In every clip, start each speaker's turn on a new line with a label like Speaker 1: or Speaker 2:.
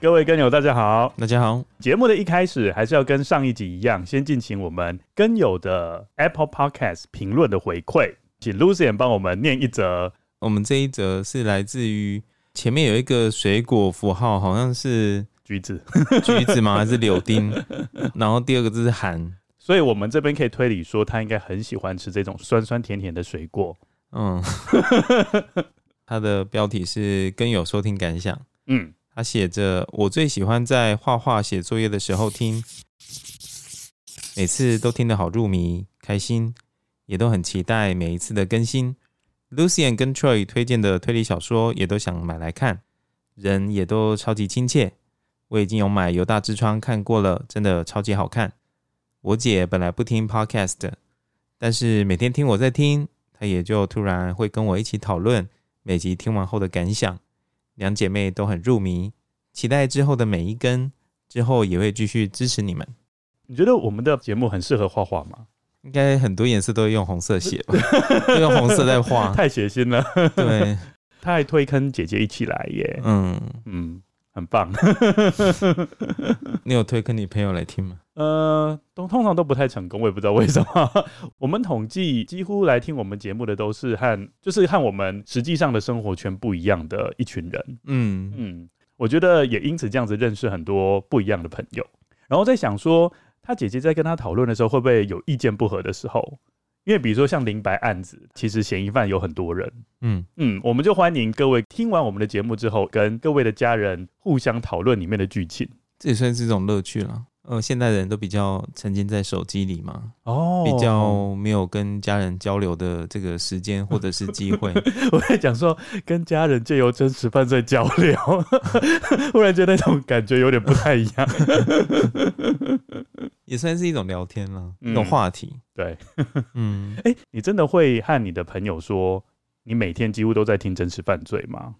Speaker 1: 各位根友，大家好。
Speaker 2: 大家好。
Speaker 1: 节目的一开始还是要跟上一集一样，先进行我们根友的 Apple Podcast 评论的回馈，请 Lucian 帮我们念一则。
Speaker 2: 我们这一则是来自于前面有一个水果符号，好像是
Speaker 1: 橘子，
Speaker 2: 橘子 吗？还是柳丁？然后第二个字是韩，
Speaker 1: 所以我们这边可以推理说，他应该很喜欢吃这种酸酸甜甜的水果。
Speaker 2: 嗯，它的标题是“跟有收听感想”。
Speaker 1: 嗯，
Speaker 2: 他写着：“我最喜欢在画画、写作业的时候听，每次都听得好入迷、开心，也都很期待每一次的更新。Lucian 跟 Troy 推荐的推理小说也都想买来看，人也都超级亲切。我已经有买《犹大之窗》看过了，真的超级好看。我姐本来不听 Podcast，的但是每天听我在听，她也就突然会跟我一起讨论每集听完后的感想。”两姐妹都很入迷，期待之后的每一根，之后也会继续支持你们。
Speaker 1: 你觉得我们的节目很适合画画吗？
Speaker 2: 应该很多颜色都会用红色写 吧，都用红色在画。
Speaker 1: 太血腥了，
Speaker 2: 对，
Speaker 1: 他还推坑姐姐一起来耶。
Speaker 2: 嗯，
Speaker 1: 嗯，很棒。
Speaker 2: 你有推跟你朋友来听吗？
Speaker 1: 呃，都通常都不太成功，我也不知道为什么。 我们统计几乎来听我们节目的都是和就是和我们实际上的生活圈不一样的一群人。
Speaker 2: 嗯，
Speaker 1: 嗯，我觉得也因此这样子认识很多不一样的朋友。然后在想说，他姐姐在跟他讨论的时候，会不会有意见不合的时候？因为比如说像林白案子，其实嫌疑犯有很多人。
Speaker 2: 嗯，
Speaker 1: 嗯，我们就欢迎各位听完我们的节目之后，跟各位的家人互相讨论里面的剧情。
Speaker 2: 这也算是一种乐趣了。呃，现代人都比较沉浸在手机里嘛，
Speaker 1: 哦
Speaker 2: 比较没有跟家人交流的这个时间或者是机 会。
Speaker 1: 我在讲说跟家人借由真实犯罪交流， 忽然觉得那种感觉有点不太一样。
Speaker 2: 也算是一种聊天啦，
Speaker 1: 嗯
Speaker 2: 一种话题。
Speaker 1: 对，
Speaker 2: 嗯，
Speaker 1: 哎、你真的会和你的朋友说，你每天几乎都在听真实犯罪吗？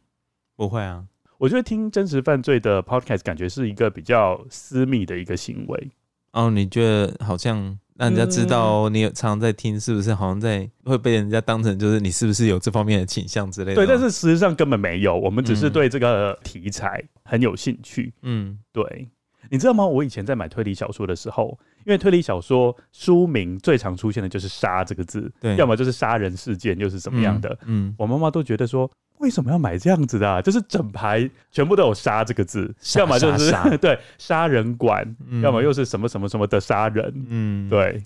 Speaker 2: 不会啊，
Speaker 1: 我觉得听真实犯罪的 podcast 感觉是一个比较私密的一个行为。
Speaker 2: 哦，你觉得好像让人家知道哦你有常常在听，是不是？好像在会被人家当成就是你是不是有这方面的倾向之类的
Speaker 1: 对，
Speaker 2: 哦？
Speaker 1: 但是事实上根本没有，我们只是
Speaker 2: 嗯
Speaker 1: 对这个题材很有兴趣。
Speaker 2: 嗯，
Speaker 1: 对，你知道吗？我以前在买推理小说的时候，因为推理小说书名最常出现的就是“杀”这个字，
Speaker 2: 对，
Speaker 1: 要么就是杀人事件，又是怎么样的。
Speaker 2: 嗯？嗯，
Speaker 1: 我妈妈都觉得说，为什么要买这样子的、啊？就是整排全部都有“杀”这个字，
Speaker 2: 杀
Speaker 1: 要么就是
Speaker 2: 杀杀
Speaker 1: 对杀人馆，
Speaker 2: 嗯
Speaker 1: 要么又是什么什么什么的杀人。
Speaker 2: 嗯，，
Speaker 1: 对，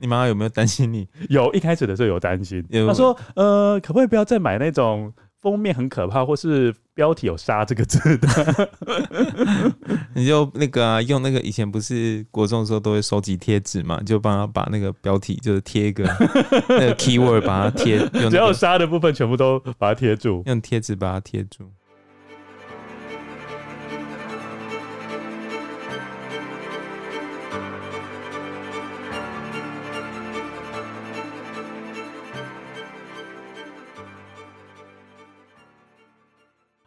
Speaker 2: 你妈妈有没有担心你？
Speaker 1: 有一开始的时候有担心，
Speaker 2: 有
Speaker 1: 她说，呃，可不可以不要再买那种封面很可怕或是标题有“杀”这个字的？
Speaker 2: 你就那个啊、用那个以前不是国中的时候都会收集贴纸嘛，就帮她把那个标题就是贴 一个那个 keyword 把它贴，用、那
Speaker 1: 只要有“
Speaker 2: 个、
Speaker 1: 杀”的部分全部都把它贴住。
Speaker 2: 用贴纸把它贴住。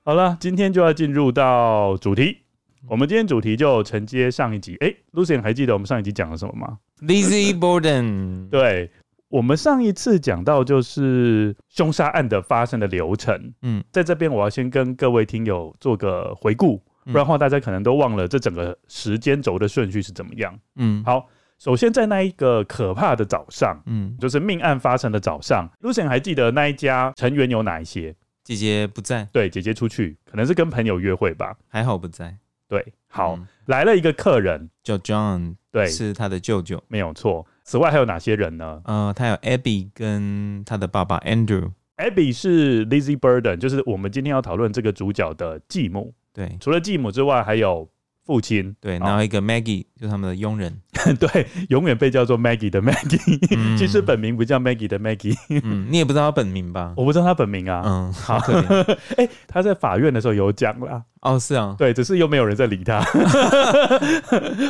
Speaker 1: 好了，今天就要进入到主题。
Speaker 2: 嗯
Speaker 1: 我们今天主题就承接上一集。哎、l u c i a n 还记得我们上一集讲了什么吗？
Speaker 2: Lizzy Borden，，
Speaker 1: 对，我们上一次讲到就是凶杀案的发生的流程。
Speaker 2: 嗯，
Speaker 1: 在这边我要先跟各位听友做个回顾，不
Speaker 2: 嗯
Speaker 1: 然的话大家可能都忘了这整个时间轴的顺序是怎么样。
Speaker 2: 嗯，
Speaker 1: 好首先在那一个可怕的早上，
Speaker 2: 嗯，
Speaker 1: 就是命案发生的早上，Lucian 还记得那一家成员有哪一些？
Speaker 2: 姐姐不在，
Speaker 1: 对，姐姐出去可能是跟朋友约会吧。
Speaker 2: 还好不在。
Speaker 1: 对，好，
Speaker 2: 嗯
Speaker 1: 来了一个客人，
Speaker 2: 叫 John
Speaker 1: 对，
Speaker 2: 是他的舅舅。
Speaker 1: 没有错。此外还有哪些人呢
Speaker 2: 呃，他有 Abby 跟他的爸爸 Andrew，
Speaker 1: ？Abby 是 Lizzie Burden，就是我们今天要讨论这个主角的继母。
Speaker 2: 对，
Speaker 1: 除了继母之外，还有父亲，
Speaker 2: 对，
Speaker 1: 好
Speaker 2: 然后一个 Maggie 就是他们的佣 人，
Speaker 1: 对，永远被叫做 Maggie 的 Maggie，、
Speaker 2: 嗯
Speaker 1: 其实本名不叫 Maggie 的 Maggie，
Speaker 2: 嗯，你也不知道他本名吧？
Speaker 1: 我不知道他本名啊。
Speaker 2: 嗯，好可 怜。
Speaker 1: 他在法院的时候有讲啦，
Speaker 2: 哦，是啊，
Speaker 1: 对，只是又没有人在理他，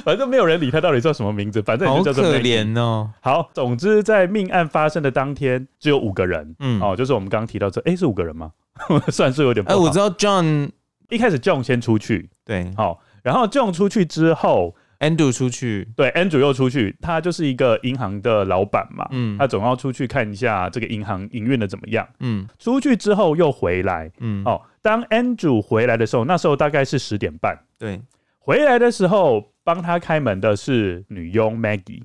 Speaker 1: 反正没有人理他到底叫什么名字，反正你
Speaker 2: 好
Speaker 1: 就叫做
Speaker 2: 可
Speaker 1: Maggie
Speaker 2: 怜哦。
Speaker 1: 好，总之在命案发生的当天，只有五个人。
Speaker 2: 嗯，
Speaker 1: 哦，就是我们刚刚提到这，诶，是五个人吗？ 算数有点不
Speaker 2: 哎，
Speaker 1: 好。
Speaker 2: 我知道 John
Speaker 1: 一开始 John 先出去，
Speaker 2: 对
Speaker 1: 好、然后 John 出去之后，
Speaker 2: Andrew 出去，
Speaker 1: 对 Andrew 又出去，他就是一个银行的老板嘛，
Speaker 2: 嗯
Speaker 1: 他总要出去看一下这个银行营运的怎么样。
Speaker 2: 嗯
Speaker 1: 出去之后又回来，
Speaker 2: 嗯，
Speaker 1: 哦，当 Andrew 回来的时候，那时候大概是十点半。
Speaker 2: 对，
Speaker 1: 回来的时候，帮他开门的是女佣 Maggie。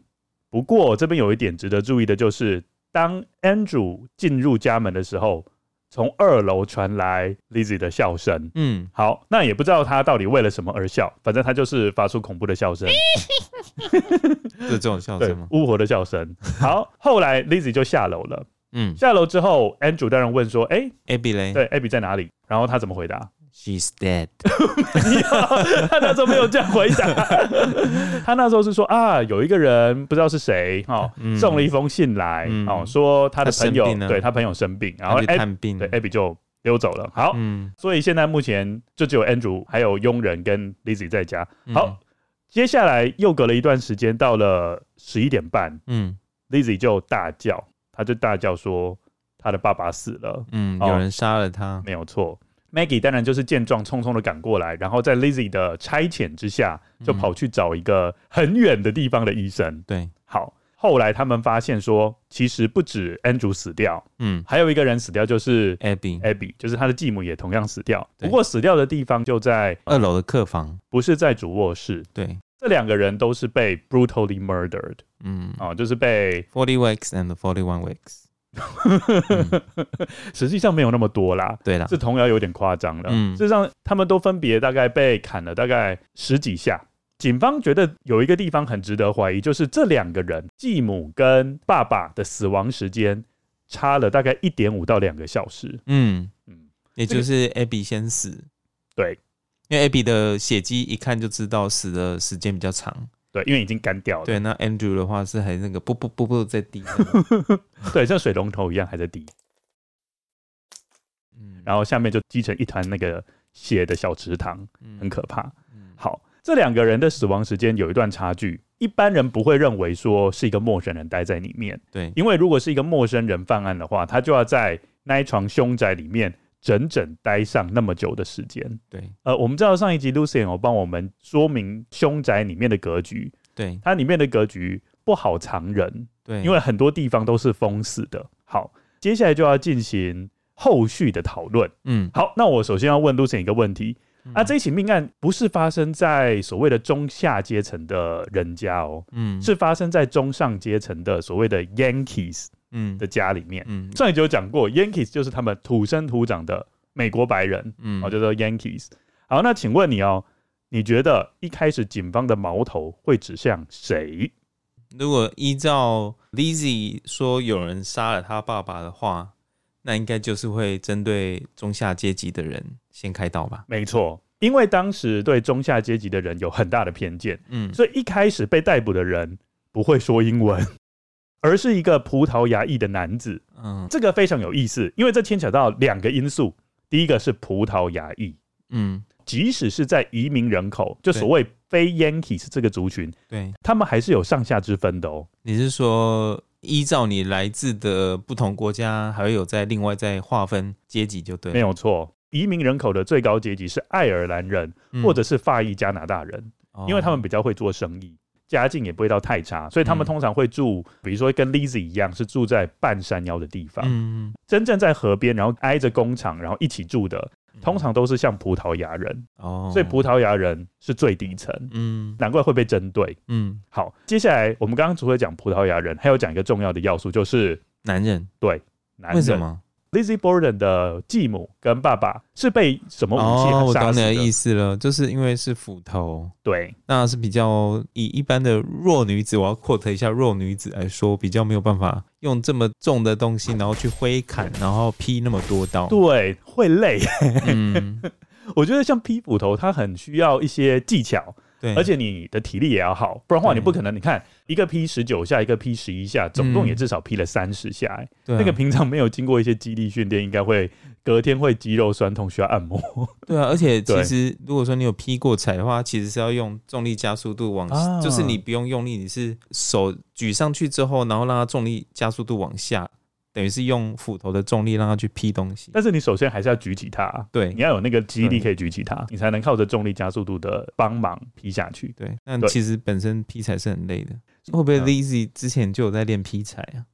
Speaker 1: 不过这边有一点值得注意的，就是当 Andrew 进入家门的时候，从二楼传来 Lizzie 的笑声。
Speaker 2: 嗯，
Speaker 1: 好，那也不知道他到底为了什么而笑，反正他就是发出恐怖的笑声，
Speaker 2: 这种笑
Speaker 1: 对
Speaker 2: 声吗，？
Speaker 1: 巫婆的笑声。好，后来 Lizzie 就下楼了。
Speaker 2: 嗯
Speaker 1: 下楼之后，Andrew 当然问说：“哎、
Speaker 2: ，Abby 嘞
Speaker 1: 对，Abby 在哪里？”然后他怎么回答？
Speaker 2: ，She's dead。
Speaker 1: 他那时候没有这样回 答，他那时候是说啊，有一个人不知道是谁哦，
Speaker 2: 嗯
Speaker 1: 送了一封信来、
Speaker 2: 嗯
Speaker 1: 哦，说他的
Speaker 2: 他
Speaker 1: 朋
Speaker 2: 生
Speaker 1: 友
Speaker 2: 病了
Speaker 1: 对他朋友生病，然后
Speaker 2: 他去
Speaker 1: Ab,
Speaker 2: 探病，
Speaker 1: 对 Abby 就溜走了。好，
Speaker 2: 嗯，
Speaker 1: 所以现在目前就只有 Andrew 还有佣人跟 Lizzy 在家。
Speaker 2: 嗯
Speaker 1: 好，，接下来又隔了一段时间，到了十一点半
Speaker 2: 嗯
Speaker 1: ，Lizzy 就大叫，他就大叫说他的爸爸死了。
Speaker 2: 嗯，
Speaker 1: 哦
Speaker 2: 有人杀了他，
Speaker 1: 没有错。Maggie 当然就是见状匆匆的赶过来，然后在 Lizzy 的差遣之下，就跑去找一个很远的地方的医生。
Speaker 2: 对，
Speaker 1: 好，后来他们发现说，其实不止 Andrew 死掉，
Speaker 2: 嗯
Speaker 1: 还有一个人死掉，就是
Speaker 2: ，Abby
Speaker 1: Abby，就是他的继母也同样死掉。
Speaker 2: 对
Speaker 1: 不过死掉的地方就在
Speaker 2: 二楼的客房，
Speaker 1: 不是在主卧室，
Speaker 2: 对，
Speaker 1: 这两个人都是被 brutally murdered
Speaker 2: 嗯
Speaker 1: 啊、就是被
Speaker 2: ，forty weeks and forty one weeks，
Speaker 1: 实际上没有那么多啦，
Speaker 2: 对啦，
Speaker 1: 这童谣有点夸张了。
Speaker 2: 嗯
Speaker 1: 事实上，他们都分别大概被砍了大概十几下。警方觉得有一个地方很值得怀疑，就是这两个人继母跟爸爸的死亡时间差了大概一点五到两个小时。
Speaker 2: 嗯
Speaker 1: 嗯，
Speaker 2: 也
Speaker 1: 这个
Speaker 2: 就是 Abby 先死，
Speaker 1: 对
Speaker 2: 因为 Abby 的血迹一看就知道死的时间比较长，
Speaker 1: 哦对，因为已经干掉了，
Speaker 2: 对，那 Andrew 的话是还那个啵啵啵啵在滴，
Speaker 1: 对，像水龙头一样还在滴，
Speaker 2: 嗯
Speaker 1: 然后下面就积成一团那个血的小池塘，很可怕。
Speaker 2: 嗯
Speaker 1: 好，这两个人的死亡时间有一段差距，一般人不会认为说是一个陌生人待在里面，
Speaker 2: 对，
Speaker 1: 因为如果是一个陌生人犯案的话，他就要在那一床凶宅里面整整待上那么久的时间。
Speaker 2: 对
Speaker 1: 呃，我们知道上一集 Lucian 有帮我们说明凶宅里面的格局，
Speaker 2: 对
Speaker 1: 它里面的格局不好藏人，
Speaker 2: 对，
Speaker 1: 因为很多地方都是封死的。好，接下来就要进行后续的讨论。
Speaker 2: 嗯
Speaker 1: 好，那我首先要问 Lucian 一个问题。啊，这一起命案不是发生在所谓的中下阶层的人家哦，
Speaker 2: 嗯
Speaker 1: 是发生在中上阶层的所谓的 Yankees
Speaker 2: 嗯
Speaker 1: 的家里面。
Speaker 2: 嗯
Speaker 1: 上一集有讲过，Yankees 就是他们土生土长的美国白人，
Speaker 2: 嗯
Speaker 1: 哦，叫做 Yankees。好，那请问你哦，你觉得一开始警方的矛头会指向谁？
Speaker 2: 如果依照 Lizzy 说有人杀了他爸爸的话，那应该就是会针对中下阶级的人先开刀吧？
Speaker 1: 没错，因为当时对中下阶级的人有很大的偏见，
Speaker 2: 嗯
Speaker 1: 所以一开始被逮捕的人不会说英 文，而是一个葡萄牙裔的男子。
Speaker 2: 嗯
Speaker 1: 这个非常有意思，因为这牵扯到两个因素，第一个是葡萄牙裔，
Speaker 2: 嗯，
Speaker 1: 即使是在移民人口，就
Speaker 2: 对
Speaker 1: 所谓非 Yankees 这个族群，
Speaker 2: 对，
Speaker 1: 他们还是有上下之分的哦。
Speaker 2: 你是说依照你来自的不同国家，还会有在另外再划分阶级就对了？
Speaker 1: 没有错，移民人口的最高阶级是爱尔兰人
Speaker 2: 嗯
Speaker 1: 或者是法裔加拿大人，
Speaker 2: 哦
Speaker 1: 因为他们比较会做生意，家境也不会到太差，所以他们
Speaker 2: 嗯
Speaker 1: 通常会住，比如说跟 Lizzy 一样，是住在半山腰的地方。
Speaker 2: 嗯，
Speaker 1: 真正在河边，然后挨着工厂，然后一起住的，嗯通常都是像葡萄牙人，
Speaker 2: 嗯哦，
Speaker 1: 所以葡萄牙人是最底层，
Speaker 2: 嗯
Speaker 1: 难怪会被针对。
Speaker 2: 嗯，
Speaker 1: 好，接下来我们刚刚除了讲葡萄牙人，还有讲一个重要的要素，就是
Speaker 2: 男人
Speaker 1: 男人。
Speaker 2: 为什么？
Speaker 1: Lizzy Borden 的继母跟爸爸是被什么
Speaker 2: 哦，
Speaker 1: 武器啊
Speaker 2: 我
Speaker 1: 杀
Speaker 2: 懂
Speaker 1: 死
Speaker 2: 你的意
Speaker 1: 的？
Speaker 2: 思了，就是因为是斧头。
Speaker 1: 对，
Speaker 2: 那是比较以一般的弱女子，我要 quote 一下弱女子来说，比较没有办法用这么重的东西，然后去挥砍，然后劈那么多刀。
Speaker 1: 对，会累。
Speaker 2: 嗯
Speaker 1: 我觉得像劈斧头，它很需要一些技巧，
Speaker 2: 对，
Speaker 1: 而且你的体力也要好，不然的话
Speaker 2: 对
Speaker 1: 你不可能。你看一个劈十九下，一个劈十一下，总共
Speaker 2: 嗯
Speaker 1: 也至少劈了三十下、欸
Speaker 2: 对啊
Speaker 1: 那个平常没有经过一些肌力训练，应该会隔天会肌肉酸痛，需要按摩。
Speaker 2: 对啊，而且其
Speaker 1: 对
Speaker 2: 实如果说你有劈过踩的话，其实是要用重力加速度往，
Speaker 1: 啊
Speaker 2: 就是你不用用力，你是手举上去之后，然后让它重力加速度往下，等于是用斧头的重力让它去劈东西。
Speaker 1: 但是你首先还是要举起它、
Speaker 2: 对
Speaker 1: 你要有那个肌力
Speaker 2: 对
Speaker 1: 可以举起它，你才能靠着重力加速度的帮忙劈下去。
Speaker 2: 对，但
Speaker 1: 对
Speaker 2: 其实本身劈踩是很累的。会不会
Speaker 1: 嗯
Speaker 2: Lazy 之前就有在练劈踩啊？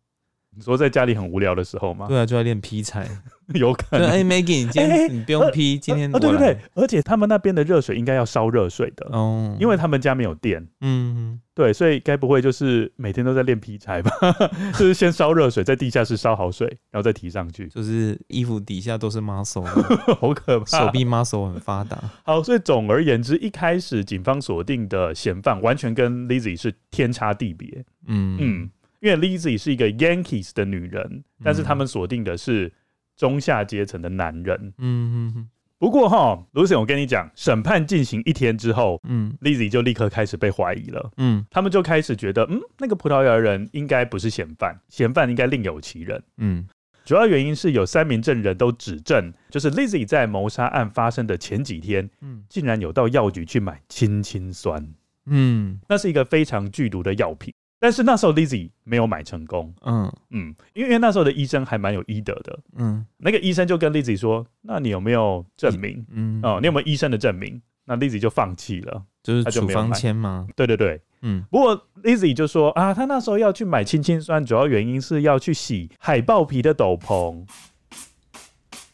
Speaker 1: 你说在家里很无聊的时候吗？
Speaker 2: 对啊，就在练劈踩。
Speaker 1: 有可
Speaker 2: 对，
Speaker 1: 能。
Speaker 2: 哎，Maggie，你今
Speaker 1: 哎哎
Speaker 2: 天你不用劈，今天
Speaker 1: 啊，
Speaker 2: 我
Speaker 1: 对对
Speaker 2: 来
Speaker 1: 对，，而且他们那边的热水应该要烧热水的，
Speaker 2: 哦，
Speaker 1: 因为他们家没有电。
Speaker 2: 嗯，，
Speaker 1: 对，所以该不会就是每天都在练劈柴吧？ 就是先烧热水，在地下室烧好水，然后再提上去
Speaker 2: 就是衣服底下都是 muscle，嘛
Speaker 1: 好可怕。
Speaker 2: 手臂 muscle 很发达。
Speaker 1: 好，所以总而言之，一开始警方锁定的嫌犯完全跟 Lizzy 是天差地别。
Speaker 2: 嗯
Speaker 1: 嗯，因为 Lizzy 是一个 Yankees 的女人，但是他们锁定的是中下阶层的男人。
Speaker 2: 嗯嗯
Speaker 1: 不过哈，Lucy，我跟你讲，审判进行一天之后
Speaker 2: 嗯
Speaker 1: ，Lizzy 就立刻开始被怀疑了。
Speaker 2: 嗯
Speaker 1: 他们就开始觉得，嗯，那个葡萄牙人应该不是嫌犯，嫌犯应该另有其人。
Speaker 2: 嗯
Speaker 1: 主要原因是有三名证人都指证，就是 Lizzy 在谋杀案发生的前几天，
Speaker 2: 嗯
Speaker 1: 竟然有到药局去买氢氰酸，
Speaker 2: 嗯
Speaker 1: 那是一个非常剧毒的药品。但是那时候 Lizzy 没有买成功，
Speaker 2: 嗯
Speaker 1: 嗯，因为那时候的医生还蛮有医德的，
Speaker 2: 嗯
Speaker 1: 那个医生就跟 Lizzy 说：“那你有没有证明？
Speaker 2: 嗯，
Speaker 1: 哦、你有没有医生的证明？”那 Lizzy 就放弃了。
Speaker 2: 就是
Speaker 1: 他就
Speaker 2: 处
Speaker 1: 没有
Speaker 2: 方
Speaker 1: 卖
Speaker 2: 签嘛。
Speaker 1: 对对对，
Speaker 2: 嗯
Speaker 1: 不过 Lizzy 就说啊，她那时候要去买氢氰酸，主要原因是要去洗海豹皮的斗篷。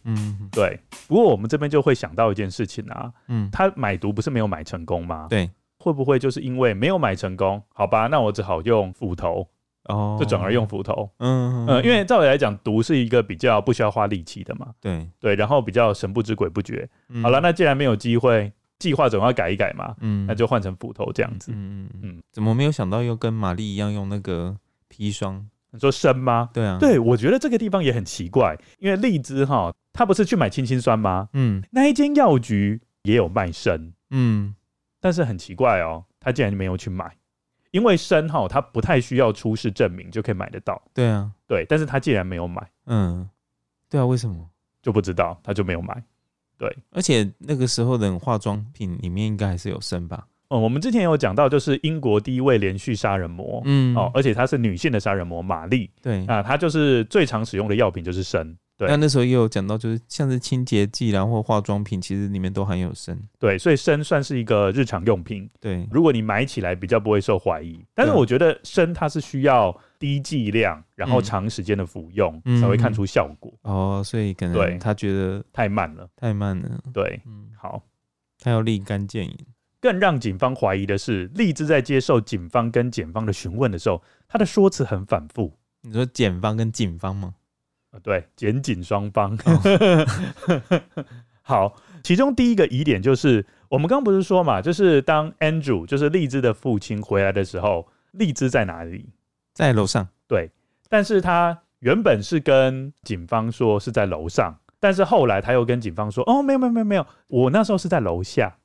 Speaker 2: 嗯
Speaker 1: 对，不过我们这边就会想到一件事情啊，
Speaker 2: 嗯，
Speaker 1: 她买毒不是没有买成功吗？
Speaker 2: 对，
Speaker 1: 会不会就是因为没有买成功？好吧，那我只好用斧头，
Speaker 2: 哦，
Speaker 1: 就转而用斧头。
Speaker 2: 嗯
Speaker 1: 呃，因为照理来讲，毒是一个比较不需要花力气的嘛，
Speaker 2: 对，
Speaker 1: 对，然后比较神不知鬼不觉。
Speaker 2: 嗯
Speaker 1: 好了，，那既然没有机会，计划总要改一改嘛，
Speaker 2: 嗯，
Speaker 1: 那就换成斧头这样子。
Speaker 2: 嗯嗯嗯
Speaker 1: 嗯，
Speaker 2: 怎么没有想到又跟玛丽一样用那个砒霜？
Speaker 1: 你说生吗？
Speaker 2: 对啊，，
Speaker 1: 对，我觉得这个地方也很奇怪，因为荔枝哈，他不是去买清氰酸吗？
Speaker 2: 嗯
Speaker 1: 那一间药局也有卖参，
Speaker 2: 嗯
Speaker 1: 但是很奇怪哦，他竟然没有去买，因为参哈，他不太需要出示证明就可以买得到，
Speaker 2: 对啊，
Speaker 1: 对，但是他竟然没有买，
Speaker 2: 嗯，对啊，为什么？
Speaker 1: 就不知道他就没有买。
Speaker 2: 而且那个时候的化妆品里面应该还是有砷吧？
Speaker 1: 嗯，我们之前有讲到，就是英国第一位连续杀人魔。
Speaker 2: 嗯，
Speaker 1: 哦，，而且她是女性的杀人魔玛丽
Speaker 2: 对。
Speaker 1: 啊，她就是最常使用的药品就是砷，对
Speaker 2: 那那时候也有讲到，就是像是清洁剂啦或化妆品，其实里面都含有砷。
Speaker 1: 对，所以砷算是一个日常用品，
Speaker 2: 对，
Speaker 1: 如果你买起来比较不会受怀疑，但是
Speaker 2: 对
Speaker 1: 我觉得砷它是需要低剂量，然后长时间的服用、
Speaker 2: 嗯
Speaker 1: 才会看出效果，
Speaker 2: 哦，所以可能
Speaker 1: 对
Speaker 2: 他觉得
Speaker 1: 太慢了。
Speaker 2: 太慢了，
Speaker 1: 对，
Speaker 2: 嗯，
Speaker 1: 好。
Speaker 2: 他要立竿见影。
Speaker 1: 更让警方怀疑的是，荔枝在接受警方跟检方的询问的时候，他的说辞很反复。
Speaker 2: 你说检方跟警方吗？
Speaker 1: 呃对，检警双方。
Speaker 2: 哦
Speaker 1: 好，其中第一个疑点就是，我们刚刚不是说嘛，就是当 Andrew 就是荔枝的父亲回来的时候，荔枝在哪里？
Speaker 2: 在楼上，
Speaker 1: 但是他原本是跟警方说是在楼上，但是后来他又跟警方说，哦，没有没有没有没有，我那时候是在楼下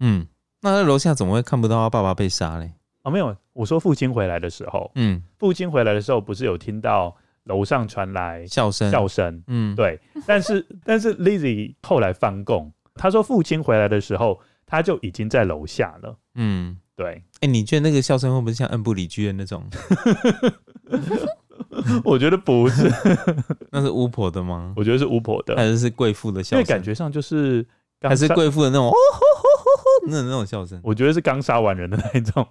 Speaker 2: 嗯，那在楼下怎么会看不到他爸爸被杀嘞？
Speaker 1: 哦，没有，我说父亲回来的时候，
Speaker 2: 嗯，
Speaker 1: 父亲回来的时候不是有听到楼上传来
Speaker 2: 笑声，
Speaker 1: 笑声，
Speaker 2: 嗯，，
Speaker 1: 对，但是但是 Lizzy 后来翻供，他说父亲回来的时候他就已经在楼下了，
Speaker 2: 嗯，
Speaker 1: 对，
Speaker 2: 哎、你觉得那个笑声会不会像恩布里剧院那种？
Speaker 1: 我觉得不 是，
Speaker 2: 那是巫婆的吗？
Speaker 1: 我觉得是巫婆 的，
Speaker 2: 还是是贵妇的笑
Speaker 1: 因为
Speaker 2: 声？
Speaker 1: 感觉上就是刚
Speaker 2: 还是
Speaker 1: 杀
Speaker 2: 贵妇的那种， 哦吼吼吼吼，那那种笑声。
Speaker 1: 我觉得是刚杀完人的那一种。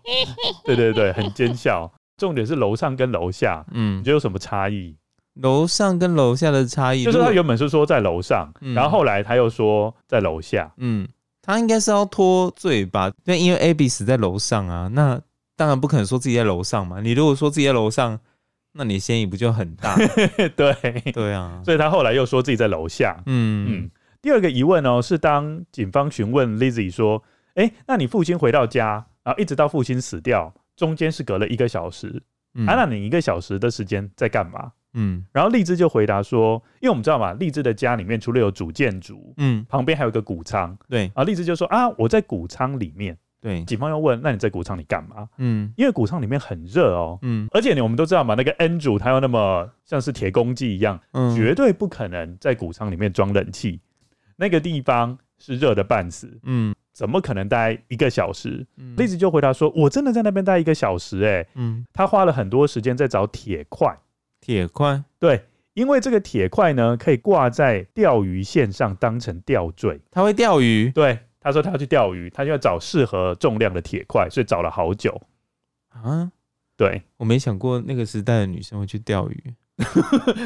Speaker 1: 对对对，很奸笑。重点是楼上跟楼下，你
Speaker 2: 嗯
Speaker 1: 觉，得有什么差异？
Speaker 2: 楼上跟楼下的差异，
Speaker 1: 就是
Speaker 2: 如
Speaker 1: 他
Speaker 2: 果
Speaker 1: 原本是说在楼上，
Speaker 2: 嗯
Speaker 1: 然后后来他又说在楼下。
Speaker 2: 嗯，他应该是要脱罪吧？对，因为 Abby 死在楼上啊，那当然不可能说自己在楼上嘛。你如果说自己在楼上，那你嫌疑不就很 大？
Speaker 1: 对，
Speaker 2: 对啊，
Speaker 1: 所以他后来又说自己在楼下。
Speaker 2: 嗯
Speaker 1: 嗯，第二个疑问哦，是当警方询问 Lizzy 说：“哎、那你父亲回到家，然后一直到父亲死掉，中间是隔了一个小时，
Speaker 2: 嗯
Speaker 1: 啊，那你一个小时的时间在干嘛？
Speaker 2: 嗯
Speaker 1: 然后荔枝就回答说，因为我们知道嘛，荔枝的家里面除了有主建筑，
Speaker 2: 嗯，
Speaker 1: 旁边还有一个谷仓
Speaker 2: 对
Speaker 1: 啊。荔枝就说啊，我在谷仓里面。
Speaker 2: 对，
Speaker 1: 警方又问，那你在谷仓里干嘛？
Speaker 2: 嗯
Speaker 1: 因为谷仓里面很热哦，
Speaker 2: 嗯
Speaker 1: 而且呢，我们都知道嘛，那个 N 主他又那么像是铁公鸡一样，
Speaker 2: 嗯，
Speaker 1: 绝对不可能在谷仓里面装冷气。那个地方是热的半死，
Speaker 2: 嗯
Speaker 1: 怎么可能待一个小时？
Speaker 2: 嗯
Speaker 1: 栗子就回答说：“我真的在那边待一个小时、欸，
Speaker 2: 嗯
Speaker 1: 他花了很多时间在找铁块，
Speaker 2: 铁块，
Speaker 1: 对，因为这个铁块呢可以挂在钓鱼线上当成吊坠。
Speaker 2: 他会钓鱼
Speaker 1: 对，他说他要去钓鱼，他就要找适合重量的铁块，所以找了好久。
Speaker 2: 啊。
Speaker 1: 对，
Speaker 2: 我没想过那个时代的女生会去钓鱼，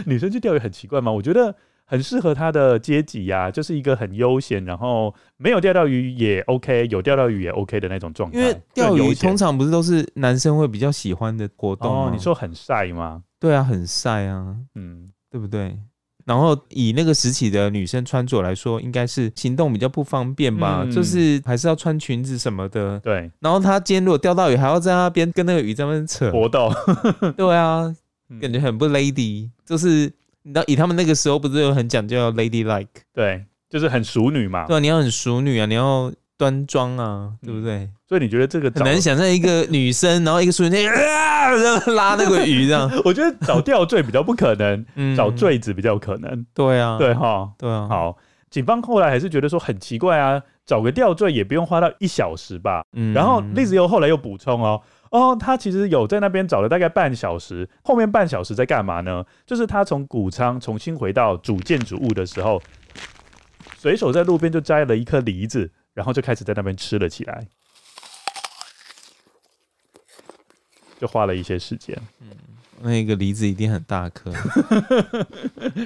Speaker 1: 女生去钓鱼很奇怪吗？我觉得很适合她的阶级呀、就是一个很悠闲，然后没有钓到鱼也 OK，有钓到鱼也 OK 的那种状态。
Speaker 2: 因为钓
Speaker 1: 啊就很悠
Speaker 2: 鱼
Speaker 1: 闲
Speaker 2: 通常不啊是都是男生会比较喜欢的活动
Speaker 1: 哦
Speaker 2: 吗，
Speaker 1: 你说很晒吗？
Speaker 2: 对啊，很晒啊，
Speaker 1: 嗯，
Speaker 2: 对不对？然后以那个时期的女生穿着来说，应该是行动比较不方便吧，
Speaker 1: 嗯
Speaker 2: 就是还是要穿裙子什么的。
Speaker 1: 对，
Speaker 2: 然后她今天如果钓到鱼，还要在那边跟那个鱼在那边扯，
Speaker 1: 搏斗，
Speaker 2: 对啊，
Speaker 1: 嗯
Speaker 2: 感觉很不 lady。就是你知道，以他们那个时候不是有很讲究 lady like，
Speaker 1: 对，就是很熟女嘛。
Speaker 2: 对啊，你要很淑女啊，你要端庄啊，对不对？
Speaker 1: 所以你觉得这个
Speaker 2: 很
Speaker 1: 嗯找
Speaker 2: 难想象一个女生，然后一个淑女在啊，然后拉那个鱼这 样，
Speaker 1: 我觉得找吊坠比较不可能，
Speaker 2: 嗯
Speaker 1: 找坠子比较有可能。
Speaker 2: 对啊，
Speaker 1: 对哈，
Speaker 2: 对啊，，
Speaker 1: 好，警方后来还是觉得说很奇怪啊，找个吊坠也不用花到一小时吧。
Speaker 2: 嗯
Speaker 1: 然后栗子又后来又补充哦，哦，他其实有在那边找了大概半小时，后面半小时在干嘛呢？就是他从谷仓重新回到主建筑物的时候，随手在路边就摘了一颗梨子，然后就开始在那边吃了起来，就花了一些时间，
Speaker 2: 那个梨子一定很大 颗。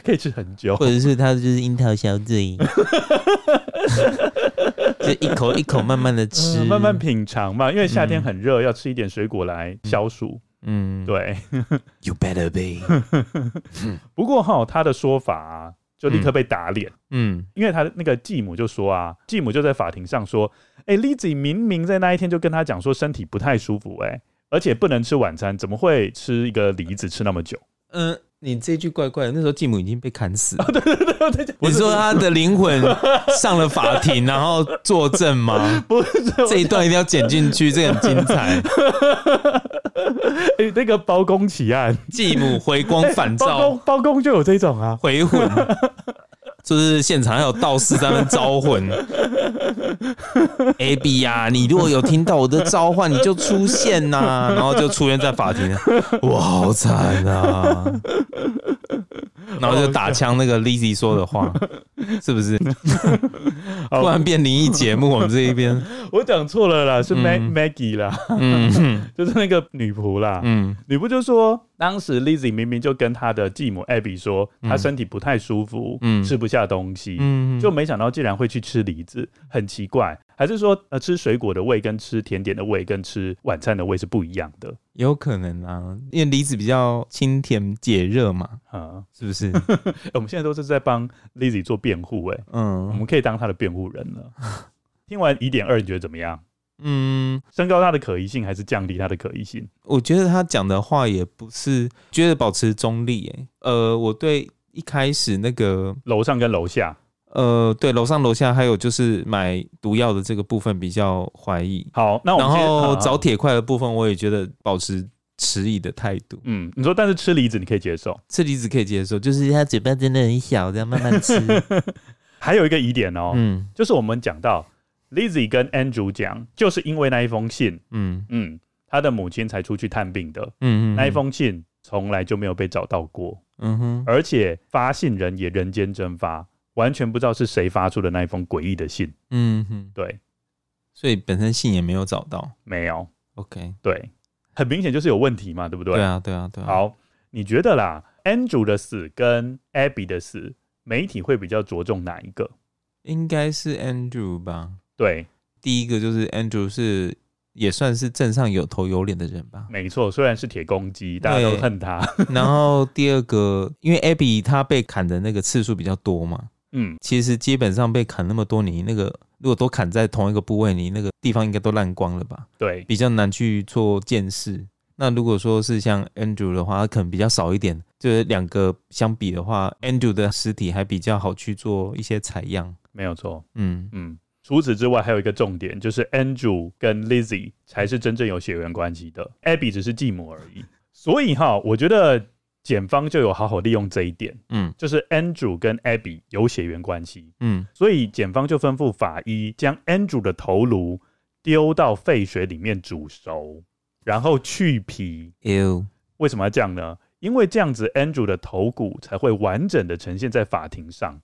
Speaker 1: 可以吃很久。
Speaker 2: 或者是他就是樱桃小嘴，就一口一口慢慢的吃，
Speaker 1: 嗯慢慢，品尝嘛，因为夏天很热，要吃一点水果来消暑。
Speaker 2: 嗯，
Speaker 1: 对，
Speaker 2: ，You better be，
Speaker 1: 不过哈，他的说法、啊、就立刻被打脸。
Speaker 2: 嗯
Speaker 1: 因为他那个继母就说啊，继母就在法庭上说，哎、l i z z i e 明明在那一天就跟他讲说身体不太舒服、哎，而且不能吃晚餐，怎么会吃一个梨子吃那么久？
Speaker 2: 嗯、呃你这句怪怪的，那时候继母已经被砍死了，
Speaker 1: 不
Speaker 2: 你
Speaker 1: 是
Speaker 2: 说他的灵魂上了法庭，然后作证吗？
Speaker 1: 不是，
Speaker 2: 这一段一定要剪进去，这个很精 彩。
Speaker 1: 哎、那个包公起案，哎
Speaker 2: 继母回光返
Speaker 1: 包
Speaker 2: 照，
Speaker 1: 公包公就有这种啊，
Speaker 2: 回魂，就是现场还有道士在那边招魂。A B 呀、你如果有听到我的召唤，你就出现呐、然后就出现在法庭，我好惨啊！然后就打枪那个 Lizzy 说的话，是不是？
Speaker 1: 好
Speaker 2: 突然变灵异节目，我们这一边，
Speaker 1: 我讲错了啦，是 Mag、
Speaker 2: 嗯
Speaker 1: Maggie 啦，
Speaker 2: 嗯哼
Speaker 1: 就是那个女仆啦。
Speaker 2: 嗯
Speaker 1: 女仆就说，当时 Lizzie 明明就跟她的继母 Abby 说，她身体不太舒服，
Speaker 2: 嗯
Speaker 1: 吃不下东西，
Speaker 2: 嗯，
Speaker 1: 就没想到竟然会去吃梨子，很奇怪。还是说，呃，吃水果的胃跟吃甜点的胃跟吃晚餐的胃是不一样的？
Speaker 2: 有可能啊，因为梨子比较清甜解热嘛，
Speaker 1: 啊、
Speaker 2: 是不是？
Speaker 1: 欸我们现在都是在帮 Lizzy 做辩护，哎，我
Speaker 2: 嗯
Speaker 1: 们可以当她的辩护人了。听完疑点二，你觉得怎么样？
Speaker 2: 嗯。
Speaker 1: 升高它的可疑性还是降低它的可疑性？
Speaker 2: 我觉得他讲的话也不是，觉得保持中立、欸。呃，我对一开始那个，
Speaker 1: 楼上跟楼下，
Speaker 2: 呃，对楼上楼下还有就是买毒药的这个部分比较怀疑，
Speaker 1: 好，那我
Speaker 2: 然
Speaker 1: 们先
Speaker 2: 后
Speaker 1: 啊
Speaker 2: 找铁块的部分我也觉得保持迟疑的态度。
Speaker 1: 嗯，你说，但是吃梨子你可以接受。
Speaker 2: 吃梨子可以接受，就是他嘴巴真的很小，这样慢 慢吃。
Speaker 1: 还有一个疑点哦，
Speaker 2: 嗯
Speaker 1: 就是我们讲到 Lizzy 跟 Andrew 讲，就是因为那一封信，
Speaker 2: 嗯
Speaker 1: 嗯，他的母亲才出去探病的，
Speaker 2: 嗯嗯，
Speaker 1: 那一封信从来就没有被找到过，
Speaker 2: 嗯哼，
Speaker 1: 而且发信人也人间蒸发，完全不知道是谁发出的那一封诡异的信。
Speaker 2: 嗯哼，
Speaker 1: 对，
Speaker 2: 所以本身信也没有找到。
Speaker 1: 没有，
Speaker 2: OK，
Speaker 1: 对，很明显就是有问题嘛，对不对？
Speaker 2: 对啊对啊对啊。，
Speaker 1: 好，你觉得啦，Andrew 的死跟 Abby 的死，媒体会比较着重哪一个？
Speaker 2: 应该是 Andrew 吧。
Speaker 1: 对，。
Speaker 2: 第一个就是 Andrew 是也算是镇上有头有脸的人吧
Speaker 1: 没错，虽然是铁公鸡，大家都
Speaker 2: 对
Speaker 1: 恨他。
Speaker 2: 然后第二个，因为 Abby 她被砍的那个次数比较多嘛，
Speaker 1: 嗯，
Speaker 2: 其实基本上被砍那么多，你那个如果都砍在同一个部位，你那个地方应该都烂光了吧，
Speaker 1: 对，
Speaker 2: 比较难去做见识。那如果说是像 Andrew 的话，他可能比较少一点。就是两个相比的话，Andrew 的尸体还比较好去做一些采样。
Speaker 1: 没有错。
Speaker 2: 嗯，
Speaker 1: 嗯，除此之外还有一个重点，就是 Andrew 跟 Lizzy 才是真正有血缘关系的，Abby 只是继母而已。所以哈，我觉得检方就有好好利用这一点，
Speaker 2: 嗯
Speaker 1: 就是 Andrew 跟 Abby 有血缘关系，
Speaker 2: 嗯
Speaker 1: 所以检方就吩咐法医将 Andrew 的头颅丢到沸水里面煮熟，然后去皮。
Speaker 2: ，L，
Speaker 1: 为什么要这样呢？因为这样子，Andrew 的头骨才会完整的呈现在法庭上，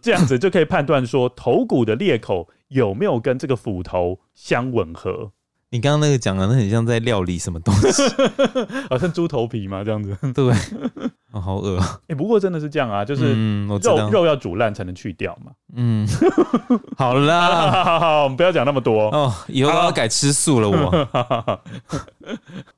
Speaker 1: 这样子就可以判断说头骨的裂口有没有跟这个斧头相吻合，
Speaker 2: 你刚刚那个讲的，那很像在料理什么东西。
Speaker 1: 好像猪头皮嘛这样子。哎、
Speaker 2: 对，哦、好恶啊、
Speaker 1: 不过真的是这样啊，就是
Speaker 2: 嗯，我知
Speaker 1: 肉、
Speaker 2: 道。
Speaker 1: 肉要煮烂才能去掉嘛。
Speaker 2: 嗯， 好
Speaker 1: 好
Speaker 2: 啦，
Speaker 1: 好好 好，我们不要讲那么多。
Speaker 2: 哦，以后都要改吃素了我。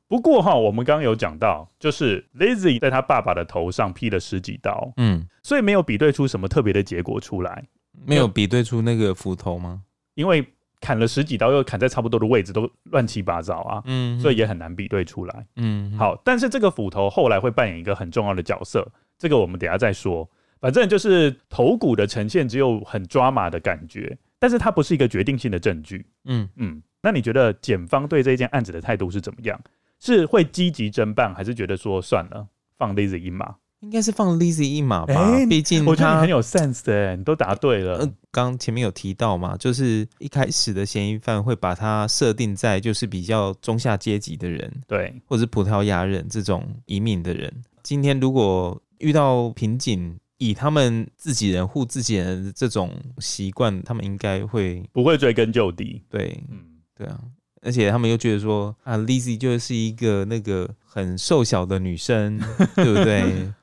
Speaker 1: 不过哈，我们刚刚有讲到，就是 Lizzy 在他爸爸的头上劈了十几刀，
Speaker 2: 嗯，
Speaker 1: 所以没有比对出什么特别的结果出来。
Speaker 2: 没有比对出那个斧头吗？
Speaker 1: 因为砍了十几刀，又砍在差不多的位置，都乱七八糟啊，
Speaker 2: 嗯，
Speaker 1: 所以也很难比对出来。
Speaker 2: 嗯，
Speaker 1: 好，但是这个斧头后来会扮演一个很重要的角色，这个我们等一下再说。反正就是头骨的呈现只有很抓马的感觉，但是它不是一个决定性的证据。
Speaker 2: 嗯，
Speaker 1: 嗯，那你觉得检方对这一件案子的态度是怎么样？是会积极侦办，还是觉得说算了，放 Lazy 一马？
Speaker 2: 应该是放 Lizzy 一马吧
Speaker 1: 哎，
Speaker 2: 毕竟
Speaker 1: 我觉得你
Speaker 2: 嗯他
Speaker 1: 很有 sense 的、欸你都答对了。
Speaker 2: 呃，刚前面有提到嘛，就是一开始的嫌疑犯会把他设定在就是比较中下阶级的人，
Speaker 1: 对，
Speaker 2: 或者是葡萄牙人这种移民的人。今天如果遇到瓶颈，以他们自己人护自己人的这种习惯，他们应该会
Speaker 1: 不会追根究底。
Speaker 2: 对
Speaker 1: 嗯，
Speaker 2: 对啊。而且他们又觉得说啊，Lizzy 就是一个那个很瘦小的女 生，对不对？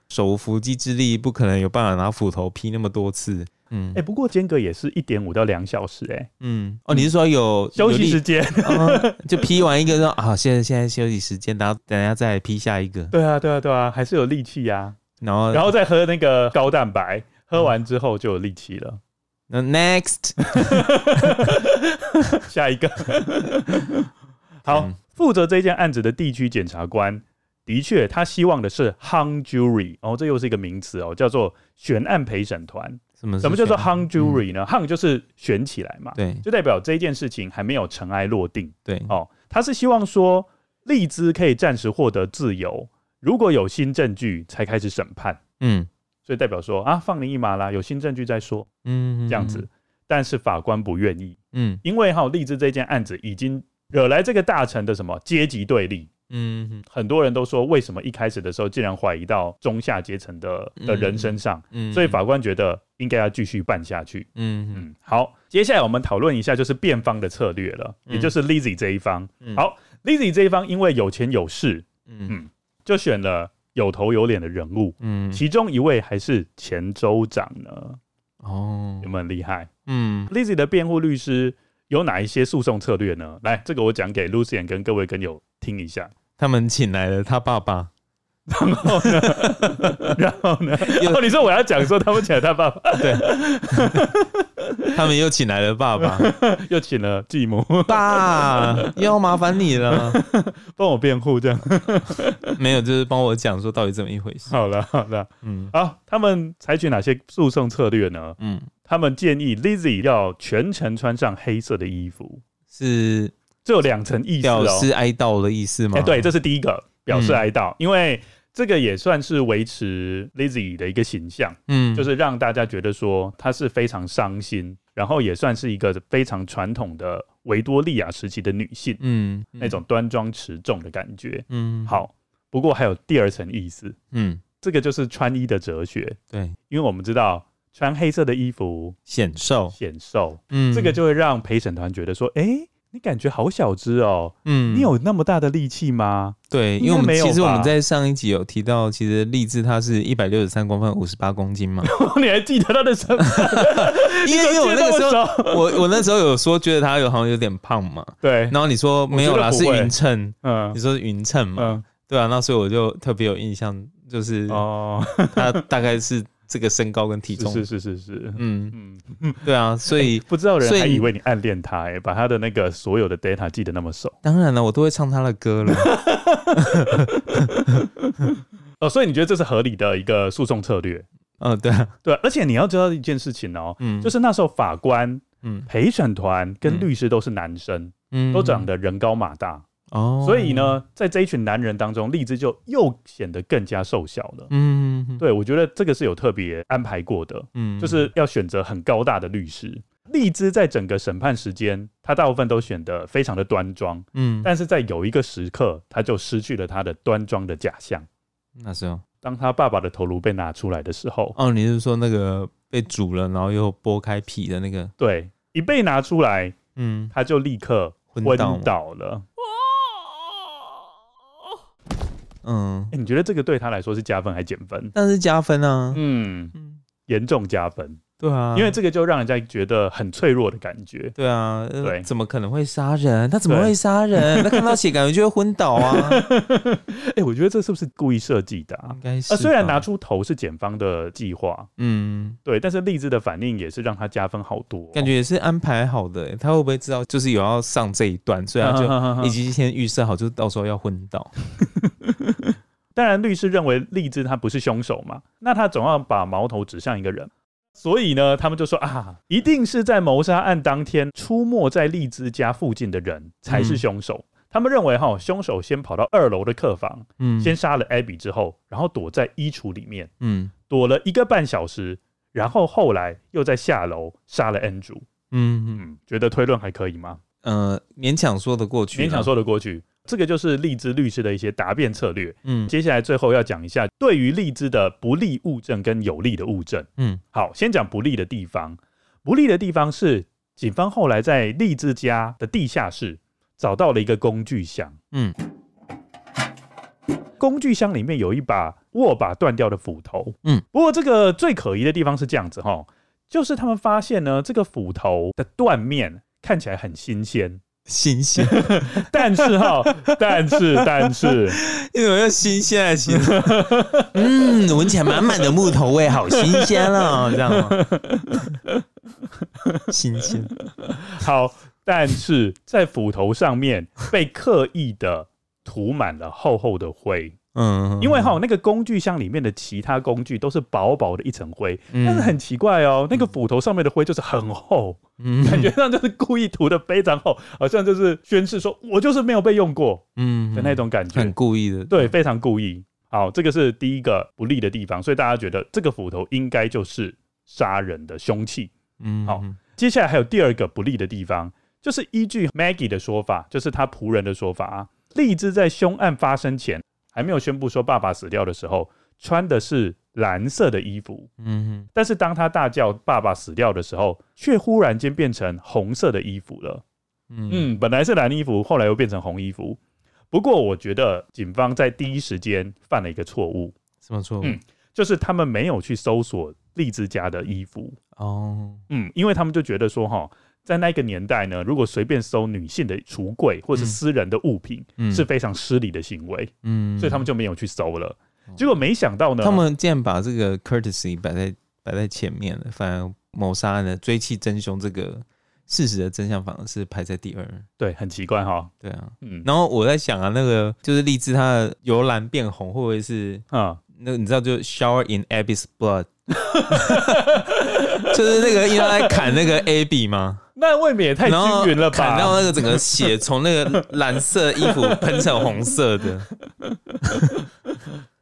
Speaker 2: 手无缚鸡之力，不可能有办法拿斧头劈那么多次。嗯，
Speaker 1: 哎、不过间隔也是一点五到两小时、哎，
Speaker 2: 嗯，哦，你是说有
Speaker 1: 休息时
Speaker 2: 有力
Speaker 1: 间。
Speaker 2: 哦就 P 完一个说啊，现在现在休息时间，然后等一下再 P 下一个，
Speaker 1: 对啊，对啊，对啊，还是有力气呀、
Speaker 2: 然后
Speaker 1: 然后再喝那个高蛋白，喝完之后就有力气 了。
Speaker 2: 那 next，
Speaker 1: 下 一个，好
Speaker 2: 嗯，
Speaker 1: 负责这件案子的地区检察官，的确，他希望的是 hung jury，哦，这又是一个名词哦，叫做悬案陪审团。
Speaker 2: 什么是
Speaker 1: 什么叫做
Speaker 2: 选
Speaker 1: hung jury 呢、h u n g 就是悬起来嘛，
Speaker 2: 对
Speaker 1: 就代表这件事情还没有尘埃落定。
Speaker 2: 对，
Speaker 1: 哦，他是希望说利兹可以暂时获得自由，如果有新证据才开始审判，
Speaker 2: 嗯
Speaker 1: 所以代表说啊，放你一马啦，有新证据再说
Speaker 2: 嗯，
Speaker 1: 这样子。，但是法官不愿意，
Speaker 2: 嗯
Speaker 1: 因为哈利兹这件案子已经惹来这个大臣的什么阶级对立。
Speaker 2: 嗯嗯
Speaker 1: 很多人都说，为什么一开始的时候竟然怀疑到中下阶层的的人身上？
Speaker 2: 嗯，
Speaker 1: 所以法官觉得应该要继续办下去。
Speaker 2: 嗯嗯
Speaker 1: 嗯，好，接下来我们讨论一下就是辩方的策略了，
Speaker 2: 嗯
Speaker 1: 也就是 Lizzy 这一方。
Speaker 2: 嗯
Speaker 1: 好，Lizzy 这一方因为有钱有势，
Speaker 2: 嗯
Speaker 1: 就选了有头有脸的人物，
Speaker 2: 嗯
Speaker 1: 其中一位还是前州长呢，
Speaker 2: 哦
Speaker 1: 有没有很厉害
Speaker 2: 嗯
Speaker 1: ？Lizzy 的辩护律师有哪一些诉讼策略呢？来，这个我讲给 Lucian 跟各位跟友听一 下。
Speaker 2: 他们请来了他爸爸，
Speaker 1: 然后呢？然后呢？然后你说我要讲说他们请了他爸爸，
Speaker 2: 对， 他们又请来了爸 爸，
Speaker 1: 又请了继母
Speaker 2: 爸又要麻烦你了，
Speaker 1: 帮我辩护，这样
Speaker 2: 没有就是帮我讲说到底怎么一回事，
Speaker 1: 好了好了。
Speaker 2: 嗯
Speaker 1: 好，他们采取哪些诉讼策略呢？
Speaker 2: 嗯。
Speaker 1: 他们建议 Lizzy 要全程穿上黑色的衣服，
Speaker 2: 是
Speaker 1: 这有两层意思
Speaker 2: 表
Speaker 1: 哦。
Speaker 2: 示哀悼的意思吗？
Speaker 1: 哎、对，这是第一个表示
Speaker 2: 嗯
Speaker 1: 哀悼，因为这个也算是维持 Lizzy 的一个形象，
Speaker 2: 嗯，
Speaker 1: 就是让大家觉得说她是非常伤心，然后也算是一个非常传统的维多利亚时期的女性、
Speaker 2: 嗯
Speaker 1: 那种端庄持重的感觉。
Speaker 2: 嗯，
Speaker 1: 好，不过还有第二层意思，
Speaker 2: 嗯，
Speaker 1: 这个就是穿衣的哲学，
Speaker 2: 对，
Speaker 1: 因为我们知道穿黑色的衣服
Speaker 2: 显瘦，
Speaker 1: 显瘦，
Speaker 2: 嗯，
Speaker 1: 这个就会让陪审团觉得说，哎、你感觉好小只哦，
Speaker 2: 嗯，
Speaker 1: 你有那么大的力 气吗？
Speaker 2: 对，因为
Speaker 1: 应
Speaker 2: 我
Speaker 1: 该
Speaker 2: 们
Speaker 1: 没有
Speaker 2: 其实我们
Speaker 1: 吧
Speaker 2: 在上一集有提到，其实荔枝它是一百六十三公分，五十八公斤 嘛，
Speaker 1: 你还记得他的 身份？
Speaker 2: 因为因为我那个时候。
Speaker 1: 候，
Speaker 2: 我我那时候有说觉得它有好像有点胖嘛，
Speaker 1: 对，
Speaker 2: 然后你说没有啦，
Speaker 1: 我觉
Speaker 2: 是
Speaker 1: 得不会
Speaker 2: 匀称，
Speaker 1: 嗯
Speaker 2: 你说是匀称嘛，
Speaker 1: 嗯
Speaker 2: 对啊，那所以我就特别有印象，就是
Speaker 1: 哦，
Speaker 2: 它大概是这个身高跟体重。
Speaker 1: 是是是是，
Speaker 2: 嗯，
Speaker 1: 嗯，
Speaker 2: 对啊，所以、
Speaker 1: 不知道人
Speaker 2: 所以
Speaker 1: 还
Speaker 2: 你
Speaker 1: 以为你暗恋他、欸，把他的那个所有的 data 记得那么熟
Speaker 2: 当然了，我都会唱他的歌了。
Speaker 1: 哦，所以你觉得这是合理的一个诉讼策略？
Speaker 2: 嗯，对 啊，
Speaker 1: 对，而且你要知道一件事情哦、
Speaker 2: 嗯，
Speaker 1: 就是是那时候法官、
Speaker 2: 嗯
Speaker 1: 陪审团跟
Speaker 2: 嗯
Speaker 1: 律师都是男生，
Speaker 2: 嗯
Speaker 1: 都长得人高马大，
Speaker 2: 哦，
Speaker 1: 所以，呢，在这一群男人当中，荔枝就又显得更加瘦小了。
Speaker 2: 嗯，嗯，
Speaker 1: 对，我觉得这个是有特别安排过的，
Speaker 2: 嗯，
Speaker 1: 就是要选择很高大的律师。荔枝在整个审判时间，他大部分都选得非常的端庄，
Speaker 2: 嗯，
Speaker 1: 但是在有一个时刻，他就失去了他的端庄的假象。
Speaker 2: 那时候，
Speaker 1: 当他爸爸的头颅被拿出来的时候，
Speaker 2: 哦，你是说那个被煮了，然后又剥开皮的那个？
Speaker 1: 对，一被拿出来，
Speaker 2: 嗯，
Speaker 1: 他就立刻
Speaker 2: 昏
Speaker 1: 昏
Speaker 2: 倒
Speaker 1: 倒了。
Speaker 2: 嗯，
Speaker 1: 哎、你觉得这个对他来说是加分还减分？
Speaker 2: 但是加分啊，
Speaker 1: 嗯，
Speaker 2: 嗯，
Speaker 1: 严重加分，
Speaker 2: 对啊，
Speaker 1: 因为这个就让人家觉得很脆弱的感觉。
Speaker 2: 对啊，呃
Speaker 1: 对
Speaker 2: 怎么可能会杀人？他怎么
Speaker 1: 对
Speaker 2: 会杀人？他看到血感觉就会昏倒啊，
Speaker 1: 哎、我觉得这是不是故意设计的、啊
Speaker 2: 应？该是
Speaker 1: 呃，
Speaker 2: 吧。
Speaker 1: 虽然拿出头是检方的计划，
Speaker 2: 嗯，
Speaker 1: 对，但是荔枝的反应也是让他加分好多哦、
Speaker 2: 感觉也是安排好的欸。他会不会知道就是有要上这一段，所以 他啊就
Speaker 1: 就
Speaker 2: 已经先预设好，就是到时候要昏倒。
Speaker 1: 当然，律师认为荔枝他不是凶手嘛，那他总要把矛头指向一个人，所以呢，他们就说啊，一定是在谋杀案当天出没在荔枝家附近的人才是凶手。他们认为哈，凶手先跑到二楼的客房，
Speaker 2: 嗯，
Speaker 1: 先杀了 Abby 之后，然后躲在衣橱里面
Speaker 2: 嗯
Speaker 1: 躲了一个半小时，然后后来又在下楼杀了 Andrew。
Speaker 2: 嗯嗯
Speaker 1: 嗯，觉得推论还可以吗？
Speaker 2: 呃，勉强说得过去，啊
Speaker 1: 勉强，说得过去。这个就是荔枝律师的一些答辩策略。
Speaker 2: 嗯
Speaker 1: 接下来最后要讲一下对于荔枝的不利物证跟有利的物证。
Speaker 2: 嗯
Speaker 1: 好，先讲不利的地方。不利的地方是，警方后来在荔枝家的地下室找到了一个工具箱，
Speaker 2: 嗯
Speaker 1: 工具箱里面有一把握把断掉的斧头。
Speaker 2: 嗯，
Speaker 1: 不过这个最可疑的地方是这样子哈，就是他们发现呢，这个斧头的断面看起来很新鲜，
Speaker 2: 新鲜，
Speaker 1: 但是哈， 但是但是。
Speaker 2: 你怎么用新鲜来形 容？嗯，闻起来满满的木头味，好新鲜啊、这样吗？ 新鲜，
Speaker 1: 好，但是在斧头上面被刻意的涂满了厚厚的灰，
Speaker 2: 嗯，
Speaker 1: 因为哈那个工具箱里面的其他工具都是薄薄的一层灰，
Speaker 2: 嗯
Speaker 1: 但是很奇怪哦，那个斧头上面的灰就是很厚，
Speaker 2: 嗯
Speaker 1: 感觉上就是故意涂的非常厚，好像就是宣示说我就是没有被用过
Speaker 2: 嗯
Speaker 1: 的那种感
Speaker 2: 很
Speaker 1: 觉，
Speaker 2: 故意的，
Speaker 1: 对，非常故意。好，这个是第一个不利的地方，所以大家觉得这个斧头应该就是杀人的凶器。
Speaker 2: 嗯，
Speaker 1: 好接下来还有第二个不利的地方，就是依据 Maggie 的说法，就是他仆人的说法啊，荔枝在凶案发生前还没有宣布说爸爸死掉的时候，穿的是蓝色的衣服，
Speaker 2: 嗯
Speaker 1: 但是当他大叫爸爸死掉的时候，却忽然间变成红色的衣服了。
Speaker 2: 嗯嗯
Speaker 1: 嗯，本来是蓝衣服，后来又变成红衣服。不过我觉得警方在第一时间犯了一个错误，
Speaker 2: 什么错误？
Speaker 1: 嗯就是他们没有去搜索荔枝家的衣服。
Speaker 2: 哦，
Speaker 1: 嗯，因为他们就觉得说哈，在那个年代呢，如果随便搜女性的橱柜或是
Speaker 2: 嗯
Speaker 1: 私人的物品，
Speaker 2: 嗯
Speaker 1: 是，非常失礼的行为，
Speaker 2: 嗯
Speaker 1: 所以他们就没有去搜了。
Speaker 2: 哦
Speaker 1: 结果没想到呢，
Speaker 2: 他们竟然把这个 courtesy 摆在摆在前面了，反而谋杀案的追妻真凶这个事实的真相反而是排在第二。
Speaker 1: 对很奇怪哈，
Speaker 2: 对啊，
Speaker 1: 嗯，
Speaker 2: 然后我在想啊，那个就是荔枝它的由蓝变红，会不会是
Speaker 1: 啊、
Speaker 2: 那个你知道就 shower in Abby's blood，就是那个因为他在砍那个 Abby 嘛，
Speaker 1: 那未免也太
Speaker 2: 然后
Speaker 1: 均匀了
Speaker 2: 砍到
Speaker 1: 吧？
Speaker 2: 那个整个血从那个蓝色衣服喷成红色的，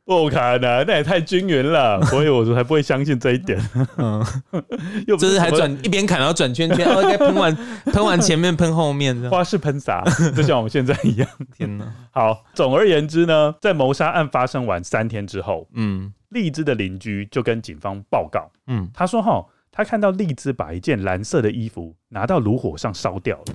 Speaker 1: 不可能，那也太均匀了。所以我说还不会相信这一点，
Speaker 2: 嗯，
Speaker 1: 又不
Speaker 2: 就是还
Speaker 1: 什么
Speaker 2: 转一边砍然后转圈圈，哦，该喷完喷完前面喷后面这样，
Speaker 1: 花式喷洒，就像我们现在一样。
Speaker 2: 天哪，
Speaker 1: 好，总而言之呢，在谋杀案发生完三天之后，
Speaker 2: 嗯
Speaker 1: 荔枝的邻居就跟警方报告。
Speaker 2: 嗯
Speaker 1: 他说哈，他看到荔枝把一件蓝色的衣服拿到炉火上烧掉了。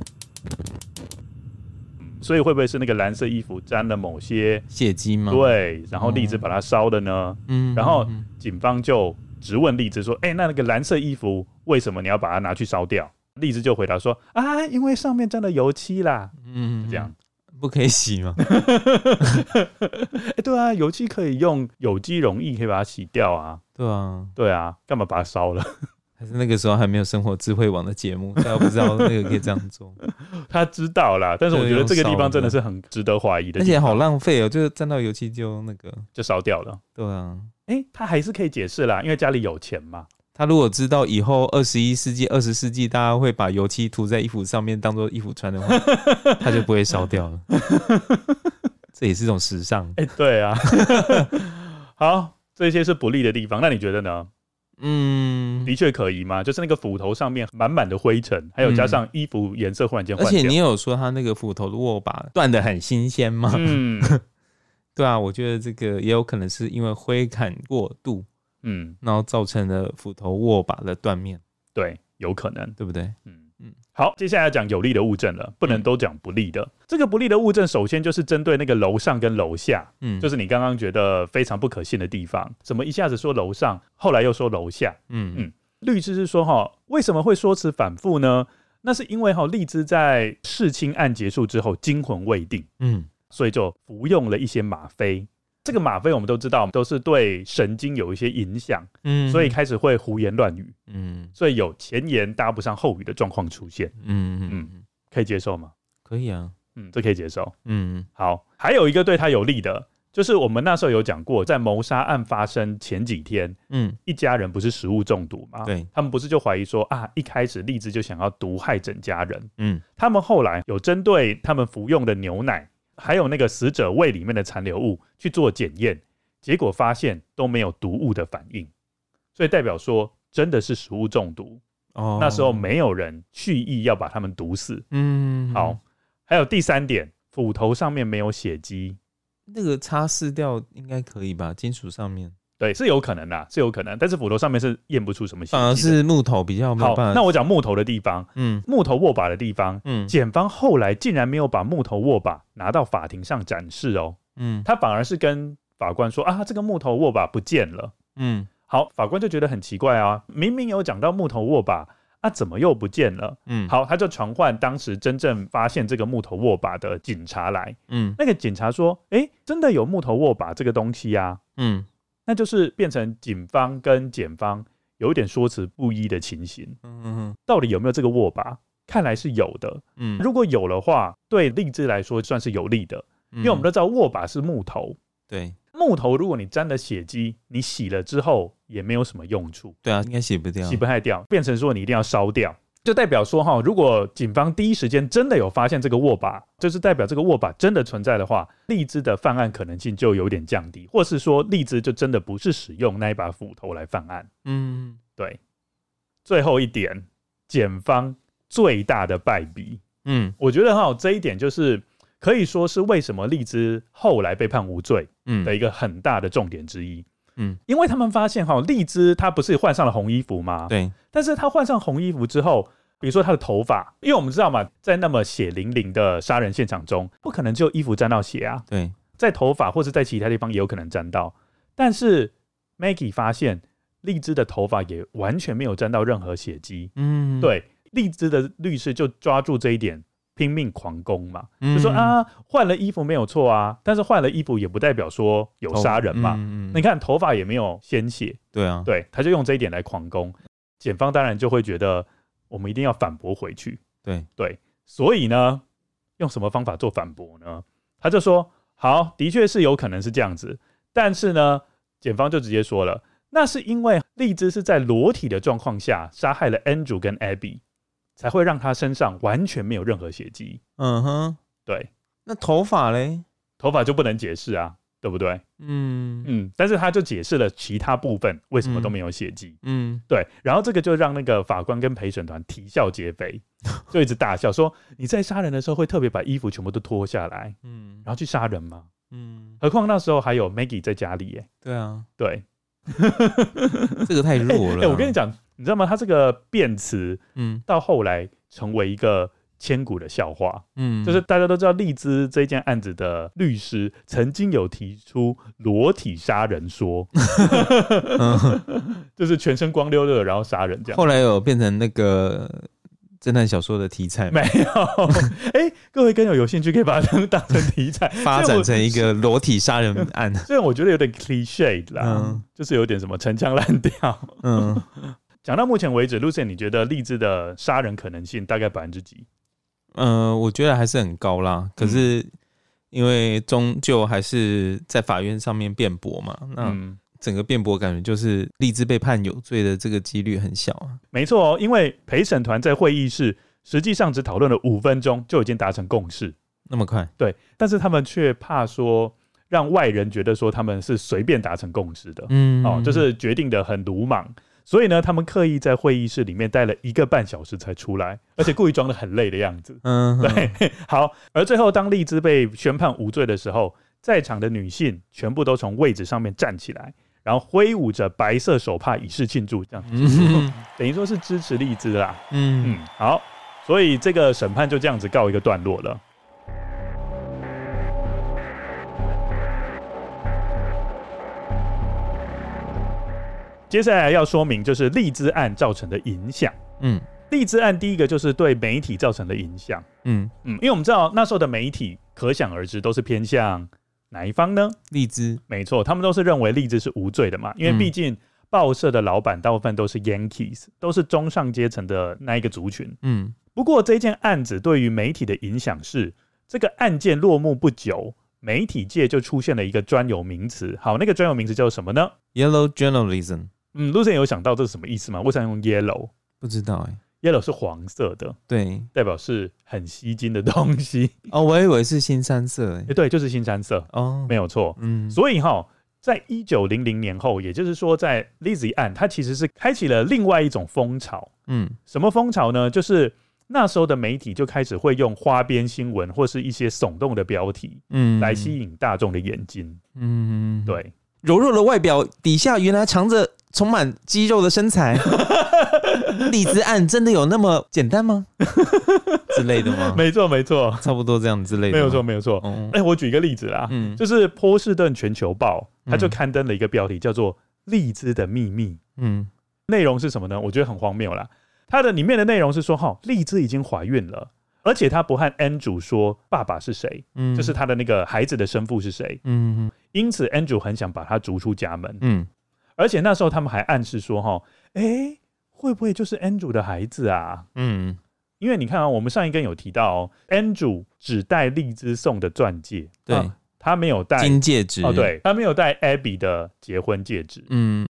Speaker 1: 所以会不会是那个蓝色衣服沾了某些
Speaker 2: 血迹吗？，
Speaker 1: 对，然后荔枝把它烧的呢？
Speaker 2: 嗯
Speaker 1: 然后
Speaker 2: 嗯
Speaker 1: 警方就质问荔枝说：“哎、那那个蓝色衣服为什么你要把它拿去烧掉？”荔枝就回答说：“啊，因为上面沾了油漆啦。”
Speaker 2: 嗯
Speaker 1: 这样，
Speaker 2: 不可以洗吗？
Speaker 1: 哎，对啊，油漆可以用有机溶液可以把它洗掉啊。
Speaker 2: 对啊，
Speaker 1: 对啊，干嘛把它烧了？
Speaker 2: 还是那个时候还没有生活智慧网的节目，大家不知道那个可以这样做，
Speaker 1: 他知道啦，但是我觉得这个地方真的是很值得怀疑的
Speaker 2: 而
Speaker 1: 地
Speaker 2: 且
Speaker 1: 方，
Speaker 2: 好浪费哦，就是沾到油漆就那个。
Speaker 1: 就烧掉了。
Speaker 2: 对啊，
Speaker 1: 哎、他还是可以解释啦，因为家里有钱嘛。
Speaker 2: 他如果知道以后二十一世纪、二十世纪大家会把油漆涂在衣服上面当做衣服穿的 话，他就不会烧掉了。这也是一种时尚。
Speaker 1: 哎、 对啊， 好，这些是不利的地方。那你觉得呢？
Speaker 2: 嗯，
Speaker 1: 的确可疑吗？就是那个斧头上面满满的灰尘，还有加上衣服颜色忽然间
Speaker 2: 而
Speaker 1: 换
Speaker 2: 且你
Speaker 1: 掉。
Speaker 2: 有说他那个斧头的握把断的很新鲜吗？
Speaker 1: 嗯
Speaker 2: 对啊，我觉得这个也有可能是因为挥砍过度，
Speaker 1: 嗯，
Speaker 2: 然后造成了斧头握把的断面，
Speaker 1: 对，有可能。
Speaker 2: 对不对？
Speaker 1: 嗯嗯
Speaker 2: 嗯，
Speaker 1: 好，接下来讲有利的物证了，不能
Speaker 2: 嗯
Speaker 1: 都讲不利的。这个不利的物证，首先就是针对那个楼上跟楼下，
Speaker 2: 嗯，
Speaker 1: 就是你刚刚觉得非常不可信的地方，怎么一下子说楼上，后来又说楼下，
Speaker 2: 嗯
Speaker 1: 嗯律师是说哈，为什么会说辞反复呢？那是因为哈，荔枝在弑亲案结束之后惊魂未定，
Speaker 2: 嗯
Speaker 1: 所以就服用了一些吗啡。这个吗啡我们都知道，都是对神经有一些影响，
Speaker 2: 嗯
Speaker 1: 所以开始会胡言乱语，
Speaker 2: 嗯
Speaker 1: 所以有前言搭不上后语的状况出现，
Speaker 2: 嗯
Speaker 1: 嗯
Speaker 2: 嗯，
Speaker 1: 可以接受吗？
Speaker 2: 可以啊，
Speaker 1: 嗯，这可以接受。
Speaker 2: 嗯
Speaker 1: 好，还有一个对他有利的，就是我们那时候有讲过，在谋杀案发生前几天，
Speaker 2: 嗯
Speaker 1: 一家人不是食物中毒吗？
Speaker 2: 对，
Speaker 1: 他们不是就怀疑说啊，一开始荔枝就想要毒害整家人。
Speaker 2: 嗯
Speaker 1: 他们后来有针对他们服用的牛奶，还有那个死者胃里面的残留物去做检验，结果发现都没有毒物的反应，所以代表说真的是食物中毒。
Speaker 2: 哦，
Speaker 1: 那时候没有人蓄意要把他们毒死。
Speaker 2: 嗯
Speaker 1: 好，，还有第三点，斧头上面没有血迹，
Speaker 2: 那个擦拭掉应该可以吧？金属上面
Speaker 1: 对，是有可能啦，是有可能，但是斧头上面是验不出什么血迹的。
Speaker 2: 反而是木头比较没
Speaker 1: 好
Speaker 2: 有，办法。
Speaker 1: 那我讲木头的地方，
Speaker 2: 嗯
Speaker 1: 木头握把的地方，
Speaker 2: 嗯
Speaker 1: 检方后来竟然没有把木头握把拿到法庭上展示哦，
Speaker 2: 嗯
Speaker 1: 他反而是跟法官说啊，这个木头握把不见了。
Speaker 2: 嗯
Speaker 1: 好，法官就觉得很奇怪啊，明明有讲到木头握把啊，怎么又不见了？
Speaker 2: 嗯，，
Speaker 1: 好，他就传唤当时真正发现这个木头握把的警察来。
Speaker 2: 嗯
Speaker 1: 那个警察说：“诶，真的有木头握把这个东西啊。
Speaker 2: 嗯”
Speaker 1: 那就是变成警方跟检方有一点说辞不一的情形。
Speaker 2: 嗯嗯
Speaker 1: 到底有没有这个握把？看来是有的。
Speaker 2: 嗯，
Speaker 1: 如果有的话，对荔枝来说算是有利的，因
Speaker 2: 因
Speaker 1: 为我们都知道握把是木头，
Speaker 2: 嗯对
Speaker 1: 木头如果你沾了血迹，你洗了之后也没有什么用处，
Speaker 2: 对啊，应该洗不掉
Speaker 1: 洗。不太掉，变成说你一定要烧掉。就代表说哈，如果警方第一时间真的有发现这个握把，就是代表这个握把真的存在的话，荔枝的犯案可能性就有点降低，或是说荔枝就真的不是使用那一把斧头来犯案。
Speaker 2: 嗯，
Speaker 1: 对，最后一点，检方最大的败笔
Speaker 2: 嗯
Speaker 1: 我觉得哈，这一点就是可以说是为什么荔枝后来被判无罪
Speaker 2: 嗯，
Speaker 1: 的一个很大的重点之一。
Speaker 2: 嗯，
Speaker 1: 因为他们发现哈，荔枝他不是换上了红衣服吗？。
Speaker 2: 对，
Speaker 1: 但是他换上红衣服之后，比如说他的头发，因为我们知道嘛，在那么血淋淋的杀人现场中，不可能只有衣服沾到血啊，
Speaker 2: 对，
Speaker 1: 在头发或是在其他地方也有可能沾到。但是 Maggie 发现荔枝的头发也完全没有沾到任何血迹，
Speaker 2: 嗯，
Speaker 1: 对，荔枝的律师就抓住这一点，拼命狂攻嘛，
Speaker 2: 嗯，
Speaker 1: 就说啊，换了衣服没有错啊，但是换了衣服也不代表说有
Speaker 2: 头，
Speaker 1: 杀人嘛。
Speaker 2: 嗯，嗯
Speaker 1: 你看头发也没有鲜血，
Speaker 2: 对啊，
Speaker 1: 对，他就用这一点来狂攻，检方当然就会觉得我们一定要反驳回去，
Speaker 2: 对
Speaker 1: 对，所以呢，用什么方法做反驳呢？他就说，好，的确是有可能是这样子，但是呢，检方就直接说了，那是因为荔枝是在裸体的状况下杀害了 Andrew 跟 Abby，才会让他身上完全没有任何血迹，
Speaker 2: 嗯哼，
Speaker 1: 对，
Speaker 2: 那头发嘞？
Speaker 1: 头发就不能解释啊，对不对？
Speaker 2: 嗯
Speaker 1: 嗯，但是他就解释了其他部分为什么都没有血迹，
Speaker 2: 嗯
Speaker 1: 对，然后这个就让那个法官跟陪审团啼笑皆非，就一直大笑说你在杀人的时候会特别把衣服全部都脱下来，
Speaker 2: 嗯
Speaker 1: 然后去杀人吗？
Speaker 2: 嗯，
Speaker 1: 何况那时候还有 Maggie 在家里耶，
Speaker 2: 对啊，
Speaker 1: 对，
Speaker 2: 这个太弱
Speaker 1: 哎、
Speaker 2: 了。
Speaker 1: 我跟你，讲，你知道吗？他这个辩词
Speaker 2: 嗯
Speaker 1: 到后来成为一个千古的笑话，
Speaker 2: 嗯，
Speaker 1: 就是大家都知道荔枝这件案子的律师曾经有提出裸体杀人说，就是全身光溜溜的然后杀人这样。
Speaker 2: 后来有变成那个侦探小说的题材
Speaker 1: 没有，哎、各位跟友有兴趣可以把它当当成题材
Speaker 2: 发展成一。
Speaker 1: 虽然
Speaker 2: 个裸体杀人 案。
Speaker 1: 我虽然我觉得有点 cliche 啦，
Speaker 2: 嗯
Speaker 1: 就是有点什么陈腔滥调。
Speaker 2: 嗯，
Speaker 1: 讲到目前为止，Lucian，你觉得励志的杀人可能性大概百分之几？
Speaker 2: 呃，我觉得还是很高啦。
Speaker 1: 嗯
Speaker 2: 可是因为终究还是在法院上面辩驳嘛，那
Speaker 1: 嗯，
Speaker 2: 整个辩驳感觉就是荔枝被判有罪的这个几率很小啊。
Speaker 1: 没错哦，因为陪审团在会议室实际上只讨论了五分钟就已经达成共识，
Speaker 2: 那么快，
Speaker 1: 但是他们却怕说让外人觉得说他们是随便达成共识的，
Speaker 2: 嗯
Speaker 1: 哦，就是决定的很鲁莽。所以呢，他们刻意在会议室里面待了一个半小时才 出来，而且故意装的很累的样子。
Speaker 2: 嗯，
Speaker 1: 对， 好。而最后，当荔枝被宣判无罪的时候，在场的女性全部都从位置上面站起来，然后挥舞着白色手帕以示庆祝，这样
Speaker 2: 嗯
Speaker 1: 等于说是支持荔枝啦。
Speaker 2: 嗯，
Speaker 1: 嗯，好，所以这个审判就这样子告一个段落了。接下来要说明就是荔枝案造成的影响。
Speaker 2: 嗯
Speaker 1: 荔枝案第一个就是对媒体造成的影响。
Speaker 2: 嗯，
Speaker 1: 嗯，因为我们知道那时候的媒体可想而知都是偏向哪一方呢？
Speaker 2: 荔枝，
Speaker 1: 没错，他们都是认为荔枝是无罪的嘛，因为
Speaker 2: 嗯
Speaker 1: 毕竟报社的老板大部分都是 Yankees，都是中上阶层的那一个族群。
Speaker 2: 嗯
Speaker 1: 不过，这件案子对于媒体的影响是，这个案件落幕不久，媒体界就出现了一个专有名词。好，那个专有名词叫什么呢？
Speaker 2: ，yellow journalism，
Speaker 1: 嗯，Lucian 有想到这是什么意思吗？为什么用 yellow？yellow
Speaker 2: 不知道哎、
Speaker 1: 是黄色的，
Speaker 2: 对，
Speaker 1: 代表是很吸睛的东西。
Speaker 2: 哦，我以为是新三色哎、
Speaker 1: 诶对，就是新三色，
Speaker 2: 哦，
Speaker 1: 没有错。
Speaker 2: 嗯
Speaker 1: 所以哈，在一九零零年后，也就是说，在 Lizzy 案，它其实是开启了另外一种风潮。
Speaker 2: 嗯
Speaker 1: 什么风潮呢？就是那时候的媒体就开始会用花边新闻或是一些耸动的标题
Speaker 2: 嗯，
Speaker 1: 来吸，引大众的眼睛。
Speaker 2: 嗯，
Speaker 1: 对，
Speaker 2: 柔弱的外表底下原来藏着充满肌肉的身材。荔枝案真的有那么简单吗？之类的吗？
Speaker 1: 没错，没错，
Speaker 2: 差不多这样之类的。
Speaker 1: 没有错，。没有错。
Speaker 2: 哦，
Speaker 1: 哎、我举一个例子啦，
Speaker 2: 嗯
Speaker 1: 就是波士顿全球报，它就
Speaker 2: 嗯
Speaker 1: 刊登了一个标题叫做《荔枝的秘密》。
Speaker 2: 嗯
Speaker 1: 内容是什么呢？我觉得很荒谬啦。它的里面的内容是说，哈，荔枝已经怀孕了，而且她不和 Andrew 说爸爸是谁，
Speaker 2: 嗯，
Speaker 1: 就是她的那个孩子的生父是谁，
Speaker 2: 嗯
Speaker 1: 因此 Andrew 很想把她逐出家门。
Speaker 2: 嗯
Speaker 1: 而且那时候他们还暗示说，哈，诶，会不会就是 Andrew 的孩子啊？
Speaker 2: 嗯
Speaker 1: 因为你看啊，我们上一根有提到、哦、，Andrew 只带荔枝送的钻戒，
Speaker 2: 对
Speaker 1: 啊他没有带
Speaker 2: 嗯，金戒指
Speaker 1: 哦，，对，他没有带 Abby 的结婚戒指。
Speaker 2: 嗯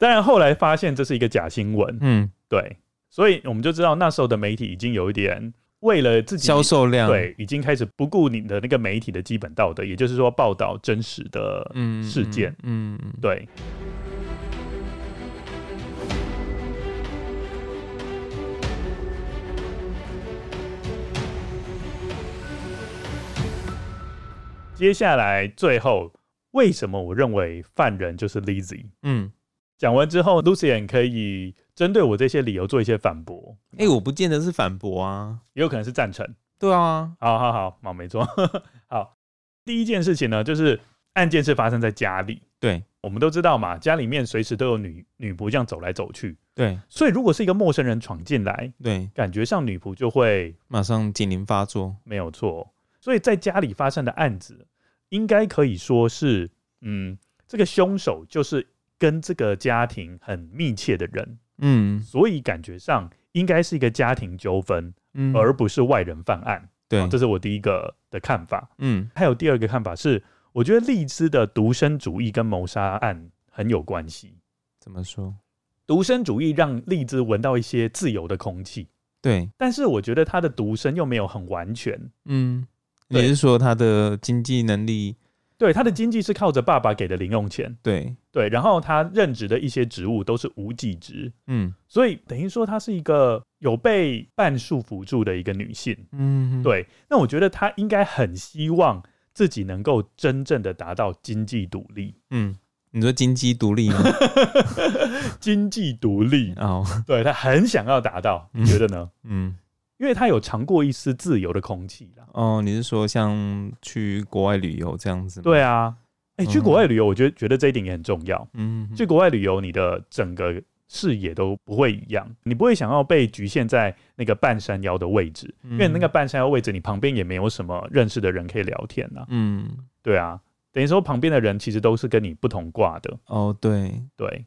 Speaker 1: 当然后来发现这是一个假新闻，
Speaker 2: 嗯，
Speaker 1: 对，所以我们就知道那时候的媒体已经有一点为了自己
Speaker 2: 销售量，
Speaker 1: 对，已经开始不顾你的那个媒体的基本道德，也就是说报道真实的
Speaker 2: 嗯，嗯
Speaker 1: 事件，
Speaker 2: 嗯，嗯，
Speaker 1: 对。接下来，最后为什么我认为犯人就是 Lizzy？
Speaker 2: 嗯，
Speaker 1: 讲完之后，Lucian 可以针对我这些理由做一些反驳，
Speaker 2: 哎、我不见得是反驳啊，
Speaker 1: 也有可能是赞成。
Speaker 2: 对啊，
Speaker 1: 好好好，好，没错。 好，第一件事情呢，就是案件是发生在家里。
Speaker 2: 对
Speaker 1: 我们都知道嘛，家里面随时都有女女仆这样走来走去，
Speaker 2: 对
Speaker 1: 所以如果是一个陌生人闯进来，
Speaker 2: 对，
Speaker 1: 感觉上女仆就会
Speaker 2: 马上警铃发作，
Speaker 1: 没有错。所以在家里发生的案子，应该可以说是，嗯，这个凶手就是跟这个家庭很密切的人，
Speaker 2: 嗯
Speaker 1: 所以感觉上应该是一个家庭纠纷，
Speaker 2: 嗯，
Speaker 1: 而不是外人犯案。
Speaker 2: 对
Speaker 1: 啊，这是我第一个的看法。
Speaker 2: 嗯
Speaker 1: 还有第二个看法是，我觉得荔枝的独身主义跟谋杀案很有关系。
Speaker 2: 怎么说？
Speaker 1: 独身主义让荔枝闻到一些自由的空气，
Speaker 2: 对，
Speaker 1: 但是我觉得他的独身又没有很完全。
Speaker 2: 嗯，你
Speaker 1: 对
Speaker 2: 是说他的经济能力？
Speaker 1: 对，他的经济是靠着爸爸给的零用钱，
Speaker 2: 对，
Speaker 1: 对，然后他任职的一些职务都是无给职，
Speaker 2: 嗯
Speaker 1: 所以等于说她是一个有被半束缚住的一个女性。
Speaker 2: 嗯，
Speaker 1: 对，那我觉得她应该很希望自己能够真正的达到经济独立，
Speaker 2: 嗯，你说经济独立吗？
Speaker 1: 经济独立，
Speaker 2: 哦，
Speaker 1: 对他很想要达到，你
Speaker 2: 嗯
Speaker 1: 觉得呢？
Speaker 2: 嗯，
Speaker 1: 因为他有尝过一丝自由的空气啦。
Speaker 2: 哦，你是说像去国外旅游这样子吗？，
Speaker 1: 对啊，哎、
Speaker 2: 嗯
Speaker 1: 去国外旅游，我觉得觉得这一点也很重要。
Speaker 2: 嗯，
Speaker 1: 去国外旅游，你的整个视野都不会一样，你不会想要被局限在那个半山腰的位置，因为那
Speaker 2: 嗯
Speaker 1: 个半山腰位置，你旁边也没有什么认识的人可以聊天呐、
Speaker 2: 嗯，
Speaker 1: 对啊，等于说旁边的人其实都是跟你不同卦的，
Speaker 2: 哦，对。
Speaker 1: 对，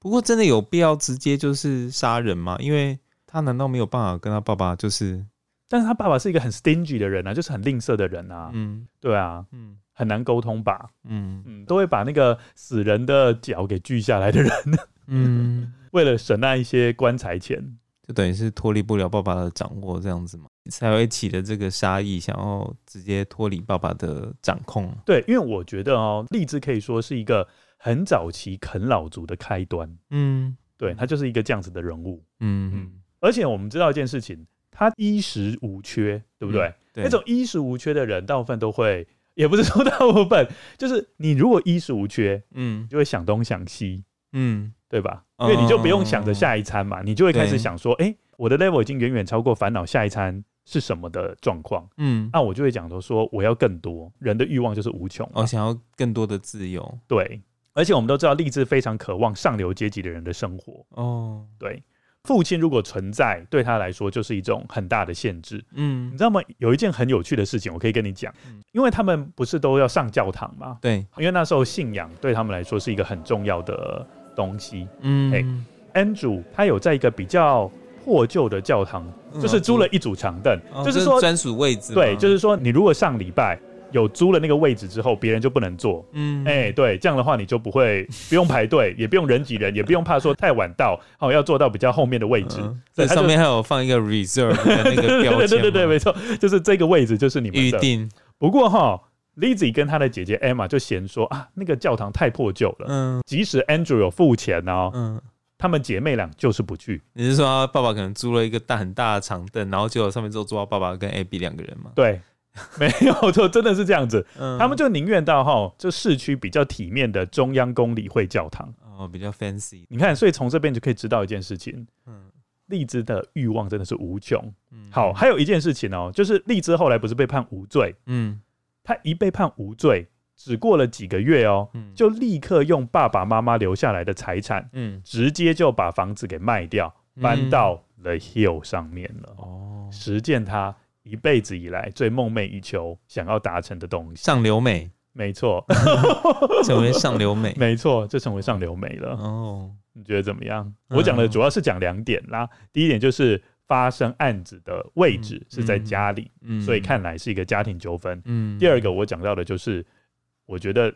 Speaker 2: 不过真的有必要直接就是杀人吗？因为他难道没有办法跟他爸爸就是
Speaker 1: 但是他爸爸是一个很 stingy 的人啊，就是很吝啬的人啊，
Speaker 2: 嗯
Speaker 1: 对啊，
Speaker 2: 嗯
Speaker 1: 很难沟通吧，
Speaker 2: 嗯
Speaker 1: 嗯，都会把那个死人的脚给锯下来的人，
Speaker 2: 嗯，
Speaker 1: 为了省那一些棺材钱，
Speaker 2: 就等于是脱离不了爸爸的掌握这样子嘛，才会起了这个杀意，想要直接脱离爸爸的掌控。
Speaker 1: 对，因为我觉得哦，励志可以说是一个很早期啃老族的开端，
Speaker 2: 嗯
Speaker 1: 对他就是一个这样子的人物。
Speaker 2: 嗯，
Speaker 1: 而且我们知道一件事情，他衣食无缺，对不对？
Speaker 2: 嗯对，
Speaker 1: 那种衣食无缺的人，大部分都会，也不是说大部分， 就是你如果衣食无缺，
Speaker 2: 嗯
Speaker 1: 你就会想东想西，
Speaker 2: 嗯
Speaker 1: 对吧？因
Speaker 2: 嗯
Speaker 1: 为你就不用想着下一餐嘛，你就会开始
Speaker 2: 对
Speaker 1: 想说，哎、我的 level 已经远远超过烦恼下一餐是什么的状况，
Speaker 2: 嗯，
Speaker 1: 那我就会讲说，说我要更多。人的欲望就是无穷嘛，
Speaker 2: 我哦想要更多的自由
Speaker 1: 对，而且我们都知道，励志非常渴望上流阶级的人的生活。
Speaker 2: 哦，
Speaker 1: 对，父亲如果存在，对他来说就是一种很大的限制。你
Speaker 2: 嗯，
Speaker 1: 知道吗？有一件很有趣的事情，我可以跟你讲
Speaker 2: 嗯，
Speaker 1: 因为他们不是都要上教堂吗？
Speaker 2: 对，
Speaker 1: 因为那时候信仰对他们来说是一个很重要的东西。
Speaker 2: 嗯，
Speaker 1: 哎，Andrew 他有在一个比较破旧的教堂，就是租了一组长凳，
Speaker 2: 嗯哦，
Speaker 1: 就是
Speaker 2: 这
Speaker 1: 说，
Speaker 2: 专属位置嘛，
Speaker 1: 对，就是说，你如果上礼拜有租了那个位置之后，别人就不能坐，
Speaker 2: 嗯，
Speaker 1: 哎、对，这样的话你就不会不用排队，也不用人挤人，也不用怕说太晚到，哦，要坐到比较后面的位置。
Speaker 2: 嗯
Speaker 1: 对
Speaker 2: 这
Speaker 1: 它
Speaker 2: 上
Speaker 1: 就
Speaker 2: 面还有放一个 reserve 的那个标
Speaker 1: 对对
Speaker 2: 签
Speaker 1: 对
Speaker 2: 嘛，
Speaker 1: 对对，没错，就是这个位置就是你
Speaker 2: 预
Speaker 1: 们的。
Speaker 2: 定，
Speaker 1: 不过哈，Lizzy 跟她的姐姐 Emma 就嫌说啊，那个教堂太破旧了。
Speaker 2: 嗯
Speaker 1: 即使 Andrew 有付钱哦，
Speaker 2: 嗯。
Speaker 1: 她们姐妹俩就是不去。
Speaker 2: 你是说他爸爸可能租了一个大很大的长凳，然后结果上面只有坐到爸爸跟 Abby 两个人嘛？
Speaker 1: 对， 没有错，真的是这样子。
Speaker 2: 嗯
Speaker 1: 他们就宁愿到哈，就市区比较体面的中央公理会教堂。
Speaker 2: 哦比较 fancy，
Speaker 1: 你看，所以从这边就可以知道一件事情，
Speaker 2: 嗯
Speaker 1: 荔枝的欲望真的是无穷。
Speaker 2: 嗯
Speaker 1: 好，，还有一件事情哦，就是荔枝后来不是被判无罪，
Speaker 2: 嗯
Speaker 1: 他一被判无罪，只过了几个月哦，
Speaker 2: 嗯
Speaker 1: 就立刻用爸爸妈妈留下来的财产，
Speaker 2: 嗯
Speaker 1: 直接就把房子给卖掉，搬到
Speaker 2: 嗯
Speaker 1: The Hill 上面了，
Speaker 2: 哦
Speaker 1: 实践他一辈子以来最梦寐以求想要达成的东西。
Speaker 2: 上流美，
Speaker 1: 没 错，
Speaker 2: 成为上流美
Speaker 1: 没错，就成为上流美了。
Speaker 2: 哦，
Speaker 1: 你觉得怎么样？
Speaker 2: 嗯
Speaker 1: 我讲的主要是讲两点啦，第一点就是发生案子的位置
Speaker 2: 嗯
Speaker 1: 是在家里，
Speaker 2: 嗯
Speaker 1: 所以，看来是一个家庭纠纷。
Speaker 2: 嗯
Speaker 1: 第二个我讲到的就是，我觉得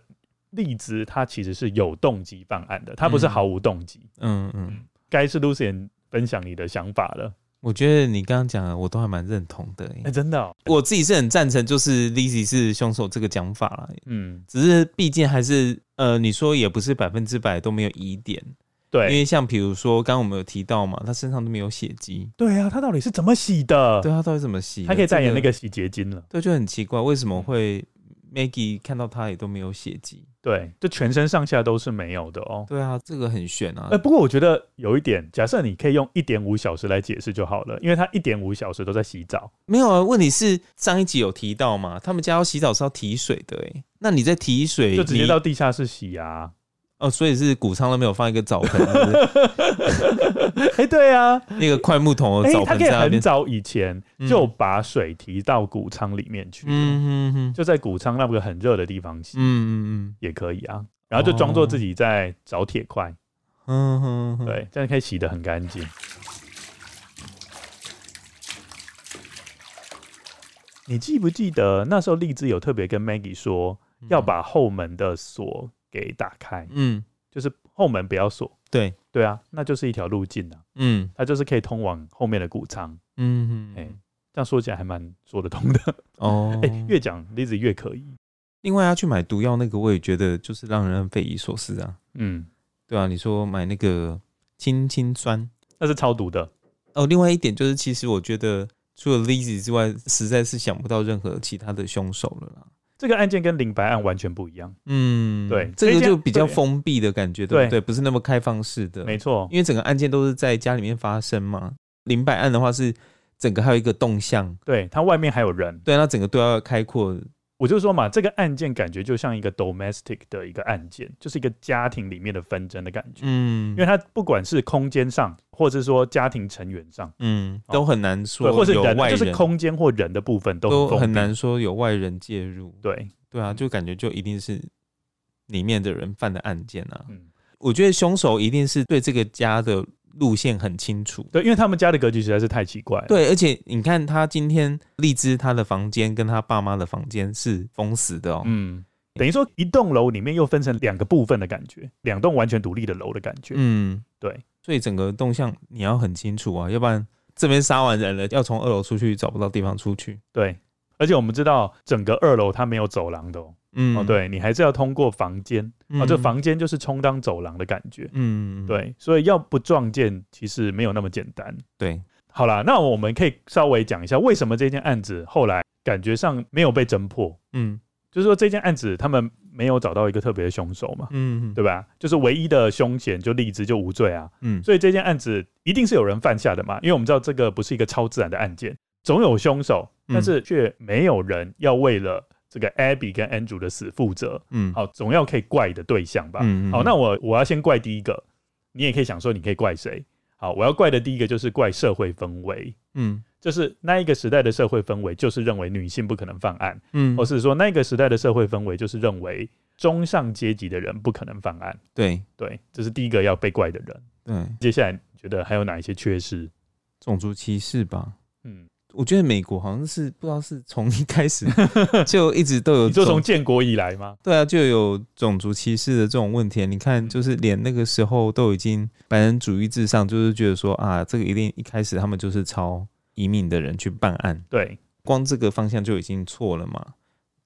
Speaker 1: 荔枝他其实是有动机犯案的，他不是
Speaker 2: 嗯
Speaker 1: 毫无动机。
Speaker 2: 嗯嗯，
Speaker 1: 该是 Lucian 分享你的想法了，
Speaker 2: 我觉得你刚刚讲的我都还蛮认同的耶、欸
Speaker 1: 哎、真的哦、
Speaker 2: 我自己是很赞成就是 Lizzy 是凶手这个讲法啦，
Speaker 1: 嗯，
Speaker 2: 只是毕竟还是呃，你说也不是百分之百都没有疑点，因
Speaker 1: 对，
Speaker 2: 为像比如说刚刚我们有提到嘛，他身上都没有血迹，
Speaker 1: 对啊，他到底是怎么洗的？
Speaker 2: 对他啊到底怎么洗的？
Speaker 1: 嗯他可以代言那
Speaker 2: 这
Speaker 1: 个洗洁精了，
Speaker 2: 对，就很奇怪，为什么会 Maggie 看到他也都没有血迹？
Speaker 1: 对，就全身上下都是没有的哦。
Speaker 2: 对啊，这个很悬啊
Speaker 1: 呃，。不过我觉得有一点，假设你可以用一点五小时来解释就好了，因为他一点五小时都在洗澡。
Speaker 2: 没有啊，问题是上一集有提到嘛，他们家要洗澡是要提水的、欸，那你在提水，
Speaker 1: 就直接
Speaker 2: 你
Speaker 1: 到地下室洗啊！
Speaker 2: 哦，所以是谷仓都没有放一个澡盆，是不是
Speaker 1: 哎、对啊，
Speaker 2: 那个快木桶
Speaker 1: 哎、
Speaker 2: 的澡
Speaker 1: 他
Speaker 2: 盆
Speaker 1: 可
Speaker 2: 在
Speaker 1: 以
Speaker 2: 那
Speaker 1: 很
Speaker 2: 边，
Speaker 1: 早以前就把水提到谷仓里面去，
Speaker 2: 嗯嗯嗯
Speaker 1: 就在谷仓那个很热的地方洗、
Speaker 2: 嗯嗯
Speaker 1: 也可以啊。然后就装作自己在找铁块，
Speaker 2: 嗯嗯嗯，，
Speaker 1: 对，这样可以洗得很干净。你记不记得那时候荔枝有特别跟 Maggie 说要把后门的锁给打开，
Speaker 2: 嗯
Speaker 1: 就是后门不要锁。
Speaker 2: 对，
Speaker 1: 对啊，那就是一条路径啊，
Speaker 2: 嗯
Speaker 1: 它就是可以通往后面的谷仓。
Speaker 2: 嗯
Speaker 1: 哎
Speaker 2: 嗯，
Speaker 1: 这样说起来还蛮说得通的。
Speaker 2: 哦，
Speaker 1: 哎、越讲 Lizzy 越可疑。
Speaker 2: 另外，他去买毒药那个，我也觉得就是让人很匪夷所思啊。
Speaker 1: 嗯，
Speaker 2: 对啊，你说买那个氢氰酸
Speaker 1: 那是超毒的。
Speaker 2: 哦。另外一点就是，其实我觉得除了 Lizzy 之外，实在是想不到任何其他的凶手了啦。
Speaker 1: 这个案件跟林白案完全不一样。
Speaker 2: 嗯，
Speaker 1: 对
Speaker 2: 这
Speaker 1: 这
Speaker 2: 个
Speaker 1: 件
Speaker 2: 就比较封闭的感觉，对不
Speaker 1: 对
Speaker 2: 对？不是那么开放式的，
Speaker 1: 没错，
Speaker 2: 因为整个案件都是在家里面发生嘛。林百案的话是整个还有一个动向，
Speaker 1: 对，它外面还有人。
Speaker 2: 对，那整个都要开阔。
Speaker 1: 我就说嘛，这个案件感觉就像一个 domestic 的一个案件，就是一个家庭里面的纷争的感觉。
Speaker 2: 嗯
Speaker 1: 因为它不管是空间上，或者是说家庭成员上，
Speaker 2: 嗯，都很难说
Speaker 1: 哦对，或是
Speaker 2: 有
Speaker 1: 人，啊
Speaker 2: 外
Speaker 1: 就是
Speaker 2: 人，
Speaker 1: 空间或人的部分都
Speaker 2: 都很
Speaker 1: 很封闭。
Speaker 2: 难说有外人介入。
Speaker 1: 对，
Speaker 2: 对啊，就感觉就一定是里面的人犯的案件啊。
Speaker 1: 嗯，
Speaker 2: 我觉得凶手一定是对这个家的路线很清楚。
Speaker 1: 对，因为他们家的格局实在是太奇怪了。
Speaker 2: 对，而且你看他今天荔枝他的房间跟他爸妈的房间是封死的哦。
Speaker 1: 嗯，等于说一栋楼里面又分成两个部分的感觉，两栋完全独立的楼的感觉。
Speaker 2: 嗯，
Speaker 1: 对，
Speaker 2: 所以整个动向你要很清楚啊，要不然这边杀完人了，要从二楼出去找不到地方出去。
Speaker 1: 对，而且我们知道整个二楼它没有走廊的哦，
Speaker 2: 嗯
Speaker 1: 哦，对你还是要通过房间啊、哦，这房间就是充当走廊的感觉。
Speaker 2: 嗯，嗯，
Speaker 1: 对，所以要不撞见其实没有那么简单。
Speaker 2: 对，
Speaker 1: 好啦，那我们可以稍微讲一下为什么这件案子后来感觉上没有被侦破，
Speaker 2: 嗯
Speaker 1: 就是说这件案子他们没有找到一个特别的凶手嘛，
Speaker 2: 嗯，
Speaker 1: 对吧？就是唯一的凶嫌就荔枝就无罪啊，
Speaker 2: 嗯，
Speaker 1: 所以这件案子一定是有人犯下的嘛，因为我们知道这个不是一个超自然的案件，总有凶手，
Speaker 2: 嗯
Speaker 1: 但是却没有人要为了这个 Abby 跟 Andrew 的死负责。
Speaker 2: 嗯，
Speaker 1: 好，总要可以怪的对象吧。
Speaker 2: 嗯嗯嗯
Speaker 1: 好，那我我要先怪第一个，你也可以想说你可以怪谁。好，我要怪的第一个就是怪社会氛围，
Speaker 2: 嗯
Speaker 1: 就是那一个时代的社会氛围，就是认为女性不可能犯案，
Speaker 2: 嗯
Speaker 1: 或，是说那个时代的社会氛围就是认为中上阶级的人不可能犯案。
Speaker 2: 对
Speaker 1: 对，这是第一个要被怪的人。
Speaker 2: 对，
Speaker 1: 接下来你觉得还有哪一些缺失？
Speaker 2: 种族歧视吧。
Speaker 1: 嗯，
Speaker 2: 我觉得美国好像是不知道是从一开 始就一直都有
Speaker 1: 你就
Speaker 2: 种
Speaker 1: 从建国以来吗？
Speaker 2: 对啊，就有种族歧视的这种问题。你
Speaker 1: 嗯
Speaker 2: 看，就是连那个时候都已经白人主义至上，就是觉得说啊，这个一定一开始他们就是抄移民的人去办案，
Speaker 1: 对，
Speaker 2: 光这个方向就已经错了嘛。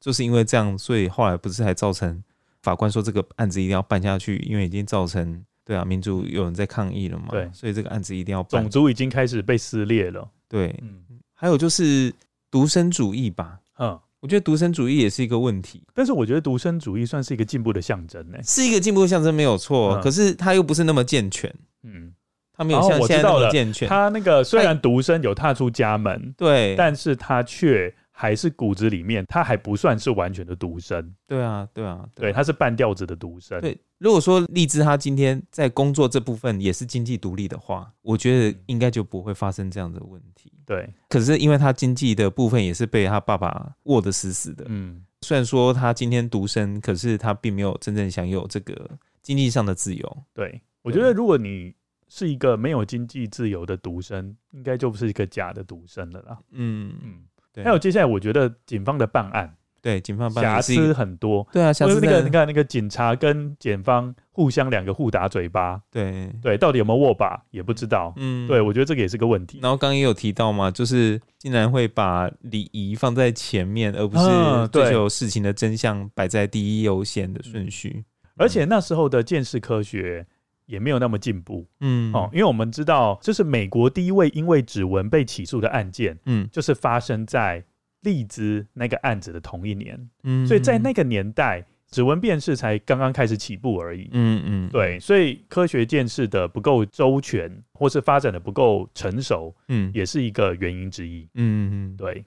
Speaker 2: 就是因为这样，所以后来不是还造成法官说这个案子一定要办下去，因为已经造成对啊民族有人在抗议了嘛，
Speaker 1: 对
Speaker 2: 所以这个案子一定要办
Speaker 1: 种。族已经开始被撕裂了。
Speaker 2: 对，
Speaker 1: 嗯
Speaker 2: 还有就是独身主义吧，
Speaker 1: 嗯，
Speaker 2: 我觉得独身主义也是一个问题。
Speaker 1: 但是我觉得独身主义算是一个进步的象征欸呢、
Speaker 2: 是一个进步的象征没有错，
Speaker 1: 嗯
Speaker 2: 可是它又不是那么健全，
Speaker 1: 嗯。
Speaker 2: 它没有
Speaker 1: 哦
Speaker 2: 像
Speaker 1: 我
Speaker 2: 现在那
Speaker 1: 知道
Speaker 2: 么
Speaker 1: 了
Speaker 2: 健全。
Speaker 1: 他那个虽然独身有踏出家门，
Speaker 2: 对，
Speaker 1: 但是他却还是骨子里面，他还不算是完全的独身，
Speaker 2: 对啊，对啊，
Speaker 1: 对，
Speaker 2: 啊
Speaker 1: 他是半吊子的独身。
Speaker 2: 对。如果说荔枝他今天在工作这部分也是经济独立的话，我觉得应该就不会发生这样的问题。
Speaker 1: 对，
Speaker 2: 可是因为他经济的部分也是被他爸爸握得死死的，
Speaker 1: 嗯，
Speaker 2: 虽然说他今天独身，可是他并没有真正享有这个经济上的自由。
Speaker 1: 对。我觉得如果你是一个没有经济自由的独身，应该就不是一个假的独身了啦。
Speaker 2: 嗯，
Speaker 1: 嗯，
Speaker 2: 对。
Speaker 1: 还有接下来，我觉得警方的办案
Speaker 2: 对警方办
Speaker 1: 瑕
Speaker 2: 案是一个
Speaker 1: 疵很多。
Speaker 2: 对啊，瑕
Speaker 1: 就是
Speaker 2: 疵
Speaker 1: 那
Speaker 2: 真
Speaker 1: 个，
Speaker 2: 的
Speaker 1: 你看那个警察跟检方互相两个互打嘴巴，
Speaker 2: 对，
Speaker 1: 对，到底有没有握把也不知道。
Speaker 2: 嗯，
Speaker 1: 对，我觉得这个也是个问题。
Speaker 2: 然后刚刚也有提到嘛，就是竟然会把礼仪放在前面，而不是
Speaker 1: 嗯
Speaker 2: 追
Speaker 1: 对
Speaker 2: 求事情的真相摆在第一优先的顺序。
Speaker 1: 嗯而且那时候的见识科学也没有那么进步
Speaker 2: 嗯，
Speaker 1: 哦，，因为我们知道，就是美国第一位因为指纹被起诉的案件，
Speaker 2: 嗯
Speaker 1: 就是发生在利兹那个案子的同一年，
Speaker 2: 嗯
Speaker 1: 所以在那，个年代，指纹辨识才刚刚开始起步而已。
Speaker 2: 嗯嗯，
Speaker 1: 对，所以科学见识的不够周全，或是发展的不够成熟，
Speaker 2: 嗯，
Speaker 1: 也是一个原因之一。
Speaker 2: 嗯嗯嗯，
Speaker 1: 对，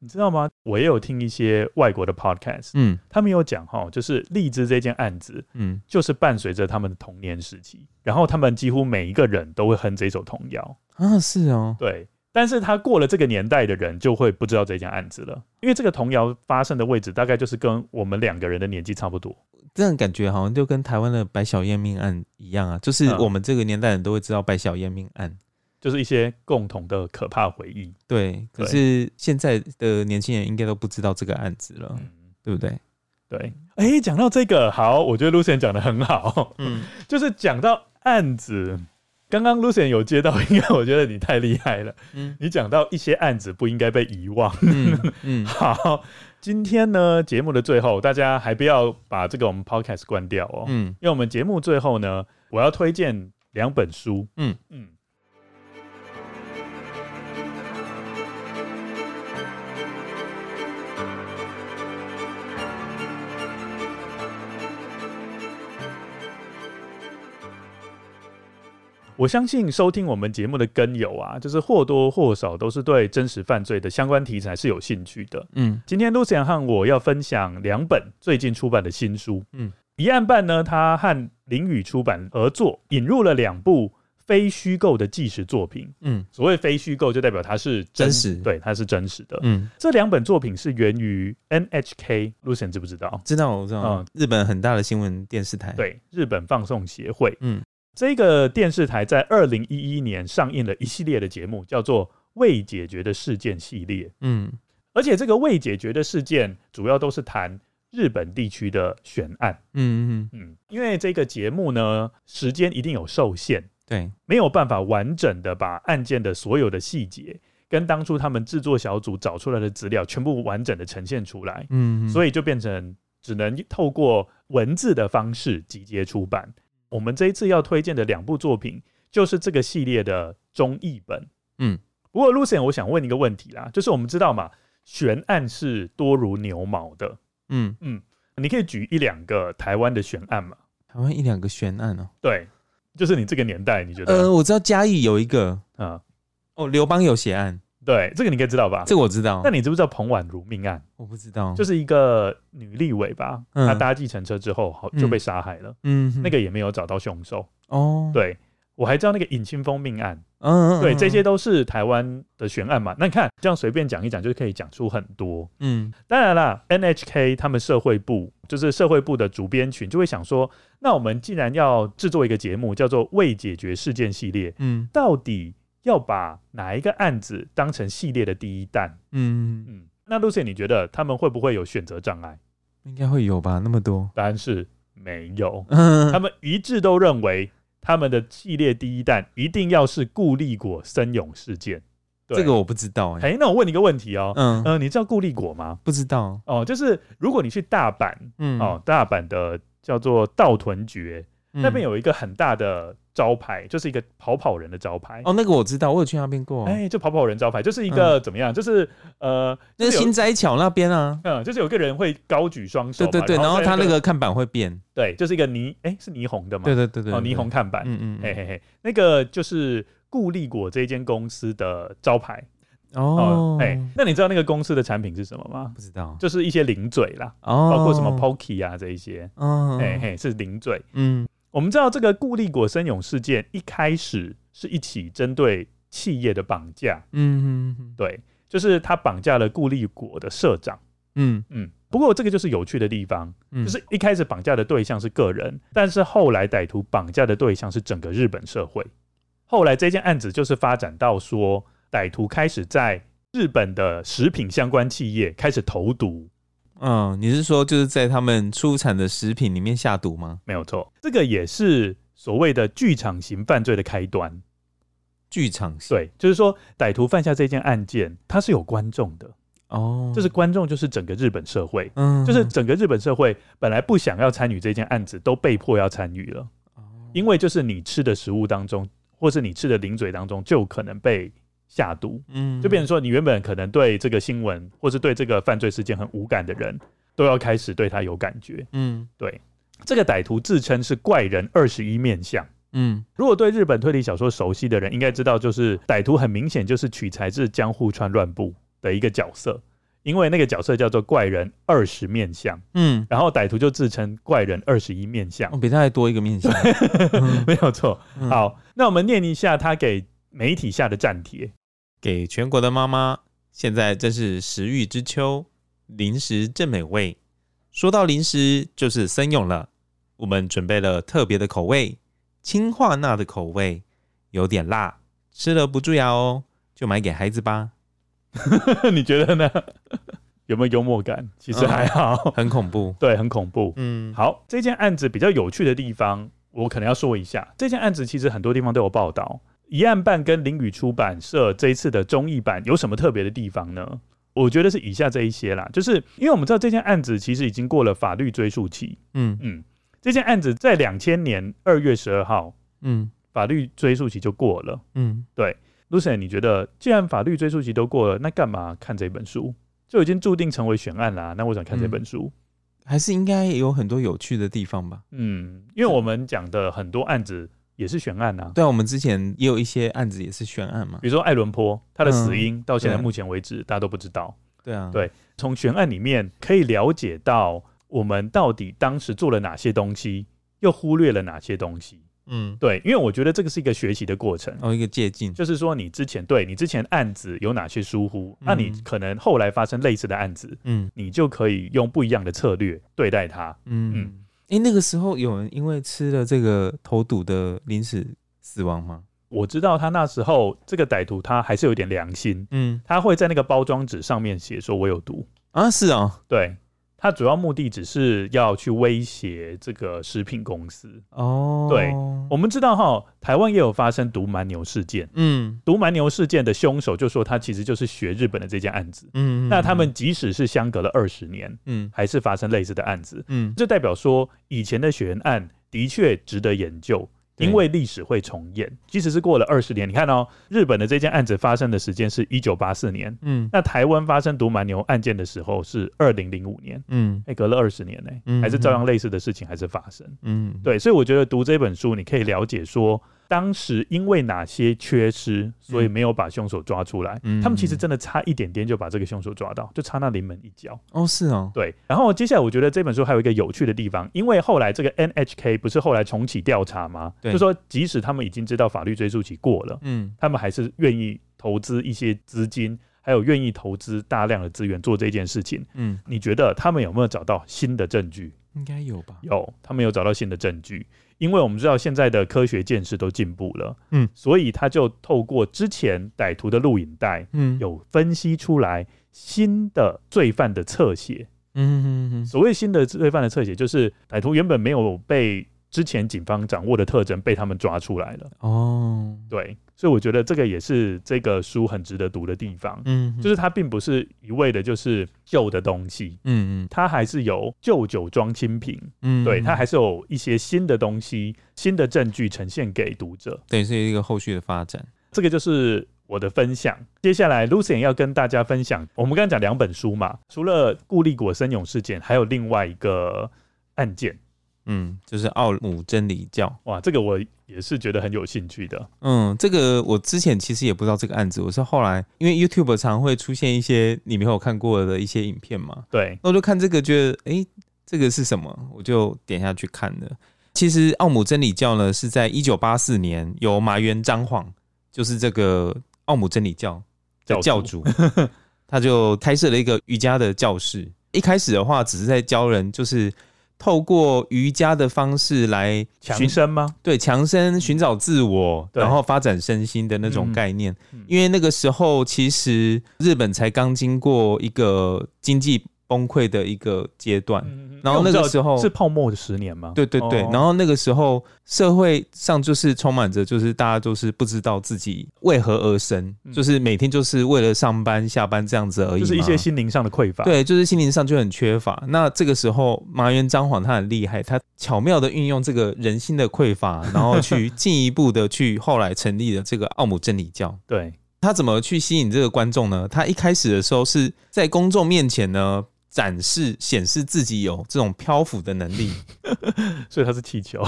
Speaker 1: 你知道吗？我也有听一些外国的 podcast，
Speaker 2: 嗯
Speaker 1: 他们有讲哈，就是利兹这件案子，
Speaker 2: 嗯，
Speaker 1: 就是伴随着他们的童年时期，然后他们几乎每一个人都会哼这首童谣。
Speaker 2: 啊，是哦，
Speaker 1: 对，但是他过了这个年代的人就会不知道这件案子了，因为这个童谣发生的位置大概就是跟我们两个人的年纪差不多。
Speaker 2: 这种感觉好像就跟台湾的白小燕命案一样啊，就是
Speaker 1: 嗯
Speaker 2: 我们这个年代人都会知道白小燕命案。
Speaker 1: 就是一些共同的可怕回忆，
Speaker 2: 对，可
Speaker 1: 对
Speaker 2: 是现在的年轻人应该都不知道这个案子了，
Speaker 1: 嗯，
Speaker 2: 对不对？
Speaker 1: 对。哎，讲到这个，好，我觉得 Lucian 讲的很好，
Speaker 2: 嗯，
Speaker 1: 就是讲到案子，刚刚 Lucian 有接到 一个，我觉得你太厉害了，
Speaker 2: 嗯
Speaker 1: 你讲到一些案子不应该被遗忘，
Speaker 2: 嗯嗯，
Speaker 1: 好，今天呢节目的最后，大家还不要把这个我们 podcast 关掉哦，
Speaker 2: 嗯
Speaker 1: 因为我们节目最后呢，我要推荐两本书。
Speaker 2: 嗯
Speaker 1: 嗯。我相信收听我们节目的根友啊，就是或多或少都是对真实犯罪的相关题材是有兴趣的。
Speaker 2: 嗯
Speaker 1: 今天 Lucian 和我要分享两本最近出版的新书。
Speaker 2: 嗯
Speaker 1: 嗯，一案办呢，它和林语出版合作，引入了两部非虚构的纪实作品。
Speaker 2: 嗯
Speaker 1: 所谓非虚构，就代表它是
Speaker 2: 真实
Speaker 1: 对，它是真实的。
Speaker 2: 嗯，
Speaker 1: 这两本作品是源于 NHK。Lucian 知不知道？
Speaker 2: 知道我知道
Speaker 1: 嗯，
Speaker 2: 日本很大的新闻电视台，，
Speaker 1: 对，日本放送协会。
Speaker 2: 嗯
Speaker 1: 这个电视台在二零一一年上映了一系列的节目，叫做《未解决的事件》系列。
Speaker 2: 嗯
Speaker 1: 而且这个未解决的事件，主要都是谈日本地区的悬案。
Speaker 2: 嗯嗯，
Speaker 1: 嗯，因为这个节目呢，时间一定有受限，
Speaker 2: 对，
Speaker 1: 没有办法完整的把案件的所有的细节跟当初他们制作小组找出来的资料全部完整的呈现出来，
Speaker 2: 嗯，
Speaker 1: 所
Speaker 2: 以
Speaker 1: 以就变成只能透过文字的方式集结出版。我们这一次要推荐的两部作品，就是这个系列的中译本。
Speaker 2: 嗯，
Speaker 1: 不过 Lucian，我想问一个问题啦，就是我们知道嘛，悬案是多如牛毛的，
Speaker 2: 嗯，
Speaker 1: 你可以举一两个台湾的悬案嘛？
Speaker 2: 台湾一两个悬案哦，
Speaker 1: 对，就是你这个年代，你觉得？
Speaker 2: 呃，我知道嘉义有一个
Speaker 1: 嗯、
Speaker 2: 哦，刘邦有血案，
Speaker 1: 对，这个你应该知道吧？
Speaker 2: 这个我知道
Speaker 1: 啊那，你知不知道彭婉如命案？
Speaker 2: 我不知道，
Speaker 1: 就是一个女立委吧，
Speaker 2: 嗯
Speaker 1: 她搭计程车之后好就被杀害了，
Speaker 2: 嗯
Speaker 1: 那个也没有找到凶手。
Speaker 2: 哦，，
Speaker 1: 对我还知道那个尹清风命案，
Speaker 2: 嗯，
Speaker 1: 对，这些，都是台湾的悬案嘛。那你看这样随便讲一讲，就可以讲出很多。
Speaker 2: 嗯
Speaker 1: 当然啦，NHK 他们社会部就是社会部的主编群就会想说，那我们既然要制作一个节目叫做《未解决事件系列》，
Speaker 2: 嗯
Speaker 1: 到底要把哪一个案子当成系列的第一弹？
Speaker 2: 嗯，
Speaker 1: 嗯，那 Lucy，你觉得他们会不会有选择障碍？
Speaker 2: 应该会有吧，那么多，
Speaker 1: 答案是没有，
Speaker 2: 嗯
Speaker 1: 他们一致都认为他们的系列第一弹一定要是顾立果森永事件。对
Speaker 2: 这个，我不知道，哎，
Speaker 1: 哎，那我问你一个问题哦，
Speaker 2: 嗯，
Speaker 1: 呃，你知道顾立果吗？
Speaker 2: 不知道，
Speaker 1: 哦，就是如果你去大阪
Speaker 2: 嗯，
Speaker 1: 哦，，大阪的叫做道屯爵，那边
Speaker 2: 有，
Speaker 1: 有一个很大的招牌，就是一个跑跑人的招牌。
Speaker 2: 哦，那个我知道，我有去那边过，
Speaker 1: 哎，就跑跑人招牌，就是一个怎么样？就是呃，
Speaker 2: 那
Speaker 1: 就是是有
Speaker 2: 新斋桥那边啊，
Speaker 1: 嗯，就是有一个人会高举双手
Speaker 2: 对
Speaker 1: 嘛，
Speaker 2: 对对，然后
Speaker 1: 在
Speaker 2: 他那个看板会变，
Speaker 1: 对，就是一个霓，哎，是霓虹的嘛？
Speaker 2: 对对对对，
Speaker 1: 哦，
Speaker 2: 对
Speaker 1: 霓虹，看板，
Speaker 2: 嗯嗯，
Speaker 1: 嘿嘿嘿，那个就是固力果这间公司的招牌
Speaker 2: 哦
Speaker 1: 哦，，哎、那你知道那个公司的产品是什么吗？
Speaker 2: 不知道，
Speaker 1: 就是一些零嘴啦，
Speaker 2: 哦，
Speaker 1: 包括什么 Pocky 啊这一些，
Speaker 2: 嗯，
Speaker 1: 嘿嘿，是零嘴。
Speaker 2: 嗯
Speaker 1: 我们知道这个固力果森永事件一开始是一起针对企业的绑架，
Speaker 2: 嗯嗯
Speaker 1: 对，就是他绑架了固力果的社长，
Speaker 2: 嗯
Speaker 1: 嗯。不过这个就是有趣的地方，
Speaker 2: 嗯，
Speaker 1: 就是一开始绑架的对象是个人，但是后来歹徒绑架的对象是整个日本社会。后来这件案子就是发展到说，歹徒开始在日本的食品相关企业开始投毒，
Speaker 2: 嗯，你是说就是在他们出产的食品里面下毒吗？
Speaker 1: 没有错，这个也是所谓的剧场型犯罪的开端。
Speaker 2: 剧场型，
Speaker 1: 对，就是说歹徒犯下这件案件，他是有观众的，
Speaker 2: 哦，
Speaker 1: 就是观众就是整个日本社会。
Speaker 2: 嗯，
Speaker 1: 就是整个日本社会本来不想要参与这件案子，都被迫要参与了。
Speaker 2: 哦
Speaker 1: 因为就是你吃的食物当中，或是你吃的零嘴当中，就有可能被下毒，
Speaker 2: 嗯
Speaker 1: 就变成说你原本可能对这个新闻或是对这个犯罪事件很无感的人，都要开始对他有感觉。
Speaker 2: 嗯
Speaker 1: 这个歹徒自称是怪人二十一面相。
Speaker 2: 嗯
Speaker 1: 如果对日本推理小说熟悉的人，应该知道，就是歹徒很明显就是取材自江户川乱步的一个角色，因为那个角色叫做怪人二十面相。
Speaker 2: 嗯，
Speaker 1: 然后歹徒就自称怪人二十一面相
Speaker 2: 哦，，比他还多一个 面相，嗯
Speaker 1: 没有错。
Speaker 2: 嗯
Speaker 1: 好，那我们念一下他给媒体下的战帖。
Speaker 2: 给全国的妈妈，现在正是食欲之秋，零食正美味。说到零食，就是森永了。我们准备了特别的口味，氢化钠的口味，有点辣，吃了不蛀牙哦，就买给孩子吧。
Speaker 1: 你觉得呢？ 有没有幽默感？其实还好，
Speaker 2: 很恐怖，
Speaker 1: 对，很恐怖。
Speaker 2: 嗯，
Speaker 1: 好，这件案子比较有趣的地方，我可能要说一下。这件案子其实很多地方都有报道。一案办跟林语出版社这一次的中译版有什么特别的地方呢？我觉得是以下这一些啦，就是因为我们知道这件案子其实已经过了法律追诉期，
Speaker 2: 嗯
Speaker 1: 嗯，这件案子在两千年二月十二号
Speaker 2: 嗯
Speaker 1: 法律追诉期就过了。
Speaker 2: 嗯，
Speaker 1: Lucian，你觉得既然法律追诉期都过了，那干嘛看这本书？就已经注定成为悬案啦。那为什么看这本书？
Speaker 2: 还是应该有很多有趣的地方吧？
Speaker 1: 嗯因为我们讲的很多案子也是悬案啊。
Speaker 2: 对啊，我们之前也有一些案子也是悬案嘛。
Speaker 1: 比如说艾伦坡，他的死
Speaker 2: 嗯
Speaker 1: 因到现在
Speaker 2: 对
Speaker 1: 目前为止大家都不知道。
Speaker 2: 对啊，
Speaker 1: 对从悬案里面可以了解到我们到底当时做了哪些东西，又忽略了哪些东西。
Speaker 2: 嗯，
Speaker 1: 对，因为我觉得这个是一个学习的过程。
Speaker 2: 哦，一个借鉴，
Speaker 1: 就是说，你之前对你之前案子有哪些疏忽，那你
Speaker 2: 嗯
Speaker 1: 可能后来发生类似的案子，
Speaker 2: 嗯
Speaker 1: 你就可以用不一样的策略对待它。
Speaker 2: 嗯
Speaker 1: 嗯
Speaker 2: 嗯。哎、那个时候有人因为吃了这个投毒的零食死亡吗？
Speaker 1: 我知道他那时候这个歹徒他还是有点良心，
Speaker 2: 嗯
Speaker 1: 他会在那个包装纸上面写说“我有毒
Speaker 2: 啊，是啊、”，
Speaker 1: 对他主要目的只是要去威胁这个食品公司。
Speaker 2: 哦，
Speaker 1: 对我们知道哈，台湾也有发生毒蛮牛事件，
Speaker 2: 嗯
Speaker 1: 毒蛮牛事件的凶手就说他其实就是学日本的这件案子。
Speaker 2: 嗯，
Speaker 1: 那他们即使是相隔了二十年，
Speaker 2: 嗯
Speaker 1: 还是发生类似的案子，
Speaker 2: 嗯，
Speaker 1: 这代表说以前的血缘案的确值得研究，
Speaker 2: 对
Speaker 1: 因为历史会重演。即使是过了二十年，你看哦，日本的这件案子发生的时间是一九八四年，
Speaker 2: 嗯
Speaker 1: 那台湾发生毒蛮牛案件的时候是二零零五年，
Speaker 2: 嗯
Speaker 1: 哎、隔了二十年呢、
Speaker 2: 嗯
Speaker 1: 还是照样类似的事情还是发生。
Speaker 2: 嗯，
Speaker 1: 对，所以我觉得读这本书，你可以了解说，当时因为哪些缺失，所以没有把凶手抓出来。
Speaker 2: 嗯
Speaker 1: 他们其实真的差一点点就把这个凶手抓到，就差那临门一脚。
Speaker 2: 哦，是哦，
Speaker 1: 对，然后接下来我觉得这本书还有一个有趣的地方，因为后来这个 NHK 不是后来重启调查吗？
Speaker 2: 对
Speaker 1: 就说即使他们已经知道法律追诉期过了，
Speaker 2: 嗯
Speaker 1: 他们还是愿意投资一些资金，还有愿意投资大量的资源做这件事情。
Speaker 2: 嗯，
Speaker 1: 你觉得他们有没有找到新的证据？
Speaker 2: 应该有吧？
Speaker 1: 有，他们有找到新的证据，因为我们知道现在的科学见识都进步了，
Speaker 2: 嗯，
Speaker 1: 所以他就透过之前歹徒的录影带，
Speaker 2: 嗯，
Speaker 1: 有分析出来新的罪犯的侧写。
Speaker 2: 嗯，嗯嗯
Speaker 1: 所谓新的罪犯的侧写，就是歹徒原本没有被之前警方掌握的特征被他们抓出来了。
Speaker 2: 嗯，哦，
Speaker 1: 对，所以我觉得这个也是这个书很值得读的地方，
Speaker 2: 嗯，
Speaker 1: 就是它并不是一味的就是旧的东西，
Speaker 2: 嗯嗯
Speaker 1: 它还是有旧酒装新瓶，
Speaker 2: 嗯，
Speaker 1: 对，它
Speaker 2: 他
Speaker 1: 还是有一些新的东西、新的证据呈现给读者。
Speaker 2: 等于是一个后续的发展。
Speaker 1: 这个就是我的分享。接下来，Lucian 要跟大家分享，我们刚才讲两本书嘛，除了顾立果森勇事件，还有另外一个案件。
Speaker 2: 嗯，就是奥姆真理教。
Speaker 1: 哇，这个我也是觉得很有兴趣的。
Speaker 2: 嗯，这个我之前其实也不知道这个案子，我是后来因为 YouTube 常会出现一些你没有看过的一些影片嘛，
Speaker 1: 对，
Speaker 2: 那我就看这个，觉得诶，这个是什么？我就点下去看了。其实奥姆真理教呢，是在一九八四年由麻原彰晃，就是这个奥姆真理教的教
Speaker 1: 教
Speaker 2: 主，他就开设了一个瑜伽的教室。一开始的话，只是在教人，就是透过瑜伽的方式来
Speaker 1: 强
Speaker 2: 寻
Speaker 1: 生吗？
Speaker 2: 对强身、寻找自我，
Speaker 1: 嗯对
Speaker 2: 然后发展身心的那种概念。
Speaker 1: 嗯
Speaker 2: 因为那个时候，其实日本才刚经过一个经济崩溃的一个阶
Speaker 1: 嗯
Speaker 2: 段。然后那个时候
Speaker 1: 是泡沫的十年吗？
Speaker 2: 对对对，
Speaker 1: 哦
Speaker 2: 然后那个时候社会上就是充满着，就是大家都是不知道自己为何而生，
Speaker 1: 嗯
Speaker 2: 就是每天就是为了上班下班这样子而已嘛，
Speaker 1: 就是一些心灵上的匮乏。，
Speaker 2: 对，就是心灵上就很缺乏。那这个时候，麻原彰晃他很厉害，他巧妙的运用这个人心的匮乏，然后去进一步的去后来成立了这个奥姆真理教。
Speaker 1: 对，
Speaker 2: 他怎么去吸引这个观众呢？他一开始的时候是在公众面前呢展示显示自己有这种漂浮的能力，
Speaker 1: 所以它是气球。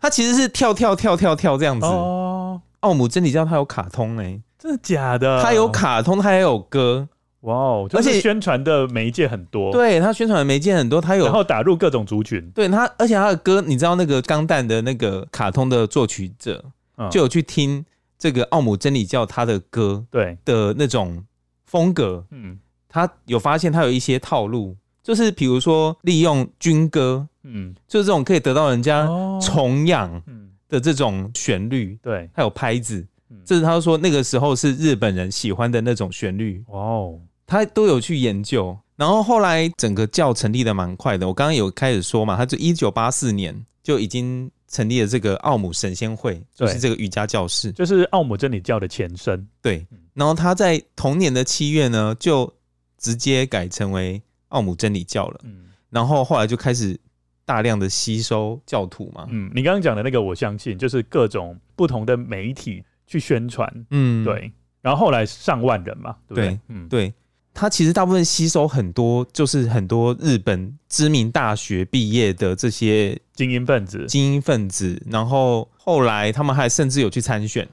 Speaker 2: 他其实是跳跳跳跳跳这样子。
Speaker 1: 哦，
Speaker 2: 奥姆真理教它有卡通哎、
Speaker 1: 真的假的？
Speaker 2: 它有卡通，它也有歌，
Speaker 1: 哇哦，而
Speaker 2: 而
Speaker 1: 且
Speaker 2: 且
Speaker 1: 宣传的媒介很多。。
Speaker 2: 对它宣传的媒介很多，它有
Speaker 1: 然后打入各种族群，
Speaker 2: 对他，而且他的歌，你知道那个钢弹的那个卡通的作曲者，
Speaker 1: 嗯
Speaker 2: 就有去听这个奥姆真理教他的歌
Speaker 1: 对，
Speaker 2: 的那种风格，
Speaker 1: 嗯
Speaker 2: 他有发现他有一些套路，就是比如说利用军歌，
Speaker 1: 嗯，
Speaker 2: 就是这种可以得到人家
Speaker 1: 哦
Speaker 2: 崇仰
Speaker 1: 嗯，
Speaker 2: 的这种旋律，
Speaker 1: 对，
Speaker 2: 还有拍子
Speaker 1: 嗯。
Speaker 2: 这是他说那个时候是日本人喜欢的那种旋律，
Speaker 1: 哇哦，
Speaker 2: 他都有去研究。然后后来整个教成立的蛮快的，我刚刚有开始说嘛，他就一九八四年就已经成立了这个奥姆神仙会，
Speaker 1: 对
Speaker 2: 就是这个瑜伽教室。
Speaker 1: 就是奥姆真理教的前身，
Speaker 2: 对，然后他在同年的七月呢，就直接改成为奥姆真理教了。
Speaker 1: 嗯
Speaker 2: 然后后来就开始大量的吸收教徒嘛，
Speaker 1: 嗯，你刚刚讲的那个，我相信就是各种不同的媒体去宣传，
Speaker 2: 嗯，
Speaker 1: 对，然后后来上万人嘛，对不对
Speaker 2: 对？
Speaker 1: 嗯，
Speaker 2: 对。他其实大部分吸收很多，就是很多日本知名大学毕业的这些
Speaker 1: 精英分子，
Speaker 2: 精英分子，然后后来他们还甚至有去参选，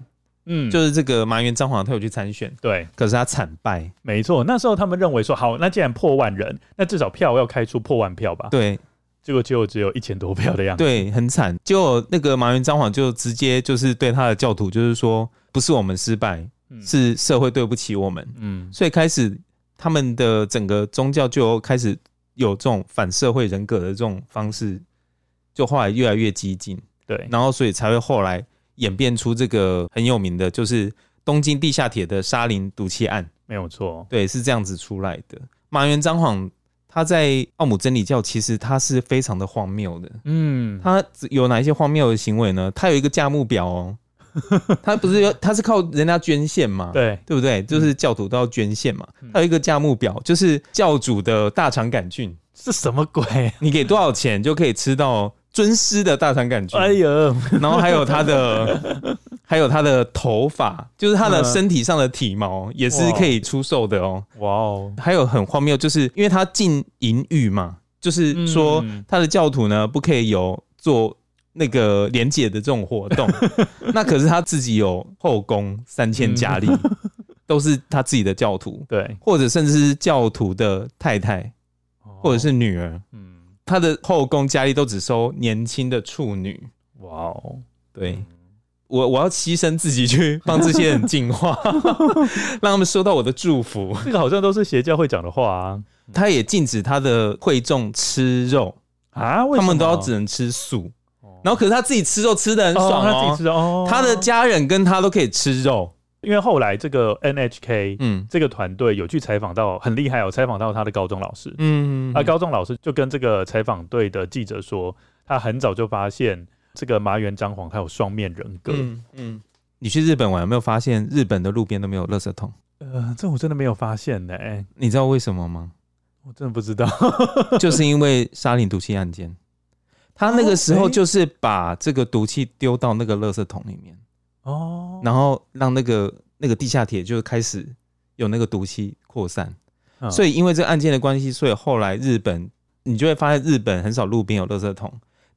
Speaker 1: 嗯，
Speaker 2: 就是这个麻原彰晃他有去参选，
Speaker 1: 对，
Speaker 2: 可是他惨败，
Speaker 1: 没错。那时候他们认为说，好，那既然破万人，那至少票要开出破万票吧。
Speaker 2: 对
Speaker 1: 结果就只有一千多票的样子。
Speaker 2: 对，很惨。结果那个麻原彰晃就直接就是对他的教徒就是说，不是我们失败，
Speaker 1: 嗯
Speaker 2: 是社会对不起我们，
Speaker 1: 嗯，
Speaker 2: 所以开始他们的整个宗教就开始有这种反社会人格的这种方式，就后来越来越激进。
Speaker 1: 对，
Speaker 2: 然后所以才会后来演变出这个很有名的，就是东京地下铁的沙林毒气案，
Speaker 1: 没有错。
Speaker 2: 对，是这样子出来的。马原彰晃他在奥姆真理教其实他是非常的荒谬的，
Speaker 1: 嗯，
Speaker 2: 他有哪一些荒谬的行为呢？他有一个价目表 哦，他不是有他是靠人家捐献嘛，
Speaker 1: 对，嗯
Speaker 2: 对不对？就是教徒都要捐献嘛，他有一个价目表，就是教主的大肠杆菌，
Speaker 1: 是什么鬼？
Speaker 2: 你给多少钱就可以吃到尊师的大肠杆菌。
Speaker 1: 哎呦，
Speaker 2: 然后还有他的，还有他的头发，就是他的
Speaker 1: 嗯
Speaker 2: 身体上的体毛也是可以出售的哦。
Speaker 1: 哇哦，
Speaker 2: 还有很荒谬，就是因为他禁淫欲嘛，就是说
Speaker 1: 嗯
Speaker 2: 他的教徒呢不可以有做那个廉洁的这种活动。那可是他自己有后宫三千佳丽，都是他自己的教徒，
Speaker 1: 对，
Speaker 2: 或者甚至是教徒的太太或者
Speaker 1: 哦
Speaker 2: 是女儿，
Speaker 1: 嗯，
Speaker 2: 他的后宫佳丽都只收年轻的处女。
Speaker 1: 哇哦，
Speaker 2: 对，我我要牺牲自己去帮这些人进化，让他们收到我的祝福。
Speaker 1: 这个好像都是邪教会讲的话啊
Speaker 2: 他也禁止他的会众吃肉，
Speaker 1: 啊，为
Speaker 2: 他
Speaker 1: 什
Speaker 2: 们都要
Speaker 1: 么
Speaker 2: 只能吃素
Speaker 1: 哦。
Speaker 2: 然后可是他自己吃肉吃的很爽
Speaker 1: 他自己
Speaker 2: 哦，
Speaker 1: 知道哦，
Speaker 2: 他的家人跟他都可以吃肉。
Speaker 1: 因为后来这个 NHK
Speaker 2: 嗯
Speaker 1: 这个团队有去采访到，很厉害哦，采访到他的高中老师。
Speaker 2: 嗯
Speaker 1: 那、高中老师就跟这个采访队的记者说，他很早就发现这个麻原彰晃他有双面人格。
Speaker 2: 嗯嗯，你去日本玩有没有发现日本的路边都没有垃圾桶？
Speaker 1: 呃，这我真的没有发现呢、哎
Speaker 2: 你知道为什么 吗？
Speaker 1: 我真的不 知道。
Speaker 2: 就是因为沙林毒气案件，他那个时候就是把这个毒气丢到那个垃圾桶里面。
Speaker 1: 哦，
Speaker 2: 然后让那个那个地下铁就开始有那个毒气扩散。
Speaker 1: 嗯
Speaker 2: 所以因为这个案件的关系，所以后来日本你就会发现日本很少路边有垃圾桶，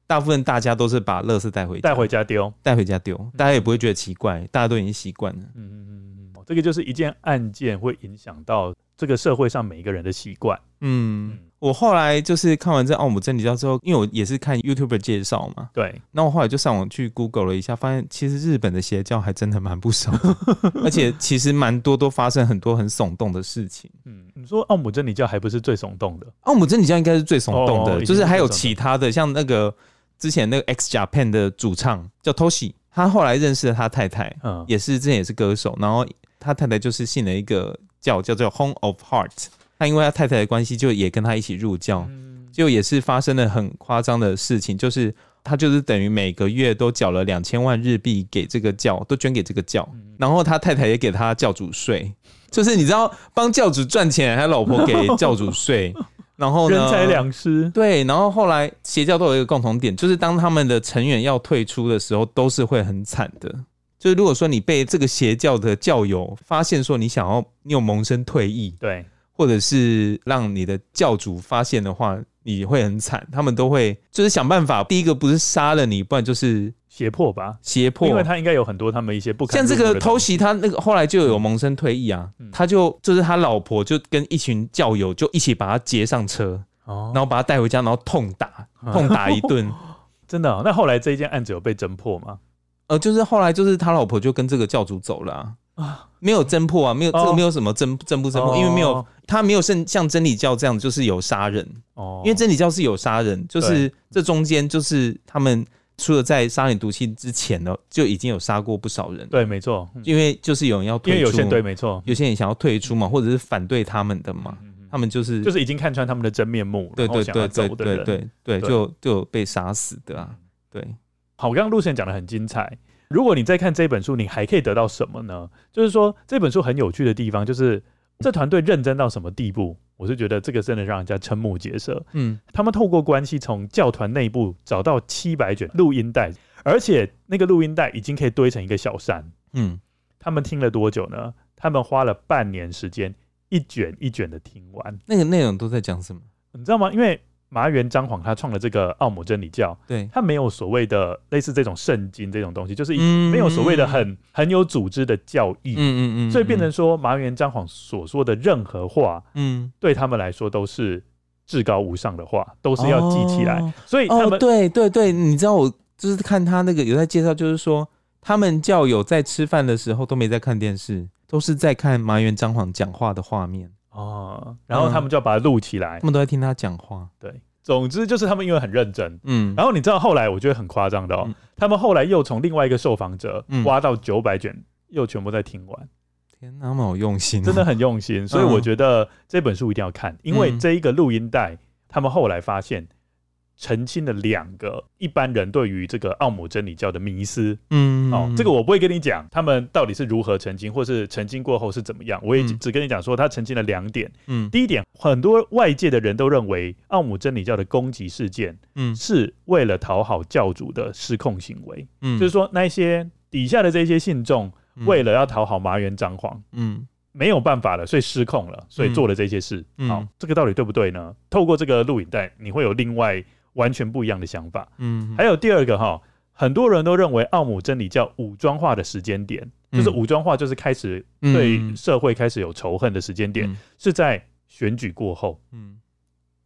Speaker 2: 大部分大家都是把垃圾带回家
Speaker 1: 带回家嗯丢。
Speaker 2: 带回家丢，大家也不会觉得奇怪，大家都已经习惯了。
Speaker 1: 嗯嗯嗯嗯嗯，这个就是一件案件会影响到这个社会上每一个人的习惯。
Speaker 2: 嗯
Speaker 1: 嗯，
Speaker 2: 我后来就是看完这奥姆真理教之后，因为我也是看 YouTube 介绍嘛，
Speaker 1: 对，
Speaker 2: 那我后来就上网去 Google 了一下，发现其实日本的邪教还真的蛮不少的， 而且其实蛮多都发生很多很耸动的事情。
Speaker 1: 嗯，你说奥姆真理教还不是最耸动的？
Speaker 2: 奥姆啊真理教应该是最耸动的，
Speaker 1: 哦
Speaker 2: 就是还有其他的，像那个之前那个 X Japan 的主唱叫 Toshi，他后来认识了他太太，
Speaker 1: 嗯，
Speaker 2: 也是之前也是歌手，然后他太太就是信了一个教叫做 Home of Heart，他因为他太太的关系，就也跟他一起入教，
Speaker 1: 嗯
Speaker 2: 就也是发生了很夸张的事情，就是他就是等于每个月都缴了两千万日币给这个教，都捐给这个教，
Speaker 1: 嗯
Speaker 2: 然后他太太也给他教主税，就是你知道帮教主赚钱，他老婆给教主 税，然后呢
Speaker 1: 人财两失。
Speaker 2: 对，然后后来邪教都有一个共同点，就是当他们的成员要退出的时候，都是会很惨的。就是如果说你被这个邪教的教友发现说你想要你有萌生退役，
Speaker 1: 对，
Speaker 2: 或者是让你的教主发现的话，你会很惨。他们都会就是想办法，第一个不是杀了你，不然就是
Speaker 1: 胁迫吧，
Speaker 2: 胁迫
Speaker 1: 因。为他应该有很多他们一些不堪
Speaker 2: 像这
Speaker 1: 入目
Speaker 2: 个
Speaker 1: 的
Speaker 2: 偷
Speaker 1: 东西
Speaker 2: 袭，他那个后来就有萌生退役啊，
Speaker 1: 嗯
Speaker 2: 他就就是他老婆就跟一群教友就一起把他劫上车，
Speaker 1: 哦，啊
Speaker 2: 然后把他带回家，然后痛打，痛打一 顿。
Speaker 1: 真的哦、那后来这一件案子有被侦破吗？
Speaker 2: 呃，就是后来就是他老婆就跟这个教主走了啊，
Speaker 1: 啊
Speaker 2: 没有侦破啊，没有、这个
Speaker 1: 哦
Speaker 2: 没有什么侦侦不侦破，因为没有他没有像像真理教这样就是有杀人，
Speaker 1: 哦，
Speaker 2: 因为真理教是有杀人，就是这中间就是他们除了在杀你毒气之前呢，就已经有杀过不少人，
Speaker 1: 对，没错，嗯
Speaker 2: 因为就是有人要
Speaker 1: 因
Speaker 2: 退
Speaker 1: 为
Speaker 2: 出，
Speaker 1: 有些对，没错，
Speaker 2: 有些人想要退出嘛，或者是反对他们的嘛，他们就是
Speaker 1: 嗯就是已经看穿他们的真面目，
Speaker 2: 嗯对
Speaker 1: 然后
Speaker 2: 对
Speaker 1: 想要
Speaker 2: 对对
Speaker 1: 走的
Speaker 2: 对
Speaker 1: 人。
Speaker 2: 对对，
Speaker 1: 对
Speaker 2: 就就有被杀死的啊，对，
Speaker 1: 好，刚刚路线讲的很精彩。如果你在看这本书，你还可以得到什么呢？就是说这本书很有趣的地方，就是这团队认真到什么地步，我是觉得这个真的让人家瞠目结舌。
Speaker 2: 嗯
Speaker 1: 他们透过关系从教团内部找到七百卷录音带，而且那个录音带已经可以堆成一个小山。
Speaker 2: 嗯，
Speaker 1: 他们听了多久呢？他们花了半年时间，一卷一卷的听完，
Speaker 2: 那个内容都在讲什么？
Speaker 1: 你知道吗？因为麻原彰晃他创了这个奥姆真理教，
Speaker 2: 对，
Speaker 1: 他没有所谓的类似这种圣经这种东西，就是一
Speaker 2: 嗯
Speaker 1: 没有所谓的很很有组织的教义，
Speaker 2: 嗯嗯嗯，
Speaker 1: 所以变成说麻原彰晃所说的任何话，
Speaker 2: 嗯，
Speaker 1: 对他们来说都是至高无上的话，都是要记起来。
Speaker 2: 哦
Speaker 1: 所以他
Speaker 2: 哦，
Speaker 1: 们、
Speaker 2: 对对对，你知道我就是看他那个有在介绍，就是说他们教友在吃饭的时候都没在看电视，都是在看麻原彰晃讲话的画面，
Speaker 1: 哦，然后他们就要把它录起来。
Speaker 2: 他们都在听他讲话。
Speaker 1: 对，总之就是他们因为很认真。
Speaker 2: 嗯，
Speaker 1: 然后你知道后来我觉得很夸张的哦，
Speaker 2: 嗯
Speaker 1: 他们后来又从另外一个受访者
Speaker 2: 嗯
Speaker 1: 挖到九百卷，又全部在听完，
Speaker 2: 天哪，他们好用心哦、
Speaker 1: 真的很 用心。所以我觉得这本书一定要
Speaker 2: 嗯
Speaker 1: 看，因为这一个录音带，他们后来发现澄清了两个一般人对于这个奥姆真理教的迷思。
Speaker 2: 嗯，嗯
Speaker 1: 哦，这个我不会跟你讲他们到底是如何澄清，或是澄清过后是怎么样。我也只
Speaker 2: 嗯
Speaker 1: 只跟你讲说，他澄清了两点。
Speaker 2: 嗯
Speaker 1: 第一点，很多外界的人都认为奥姆真理教的攻击事件
Speaker 2: 嗯
Speaker 1: 是为了讨好教主的失控行为，
Speaker 2: 嗯，
Speaker 1: 就是说那一些底下的这些信众为了要讨好麻原彰晃。
Speaker 2: 嗯
Speaker 1: 没有办法了，所以失控了，所以做了这些事。
Speaker 2: 嗯
Speaker 1: 好，这个到底对不对呢？透过这个录影带，你会有另外完全不一样的想法。
Speaker 2: 嗯，
Speaker 1: 还有第二个哈，很多人都认为奥姆真理教武装化的时间点，
Speaker 2: 嗯
Speaker 1: 就是武装化，就是开始
Speaker 2: 嗯
Speaker 1: 对社会开始有仇恨的时间点，
Speaker 2: 嗯
Speaker 1: 是在选举过后。
Speaker 2: 嗯，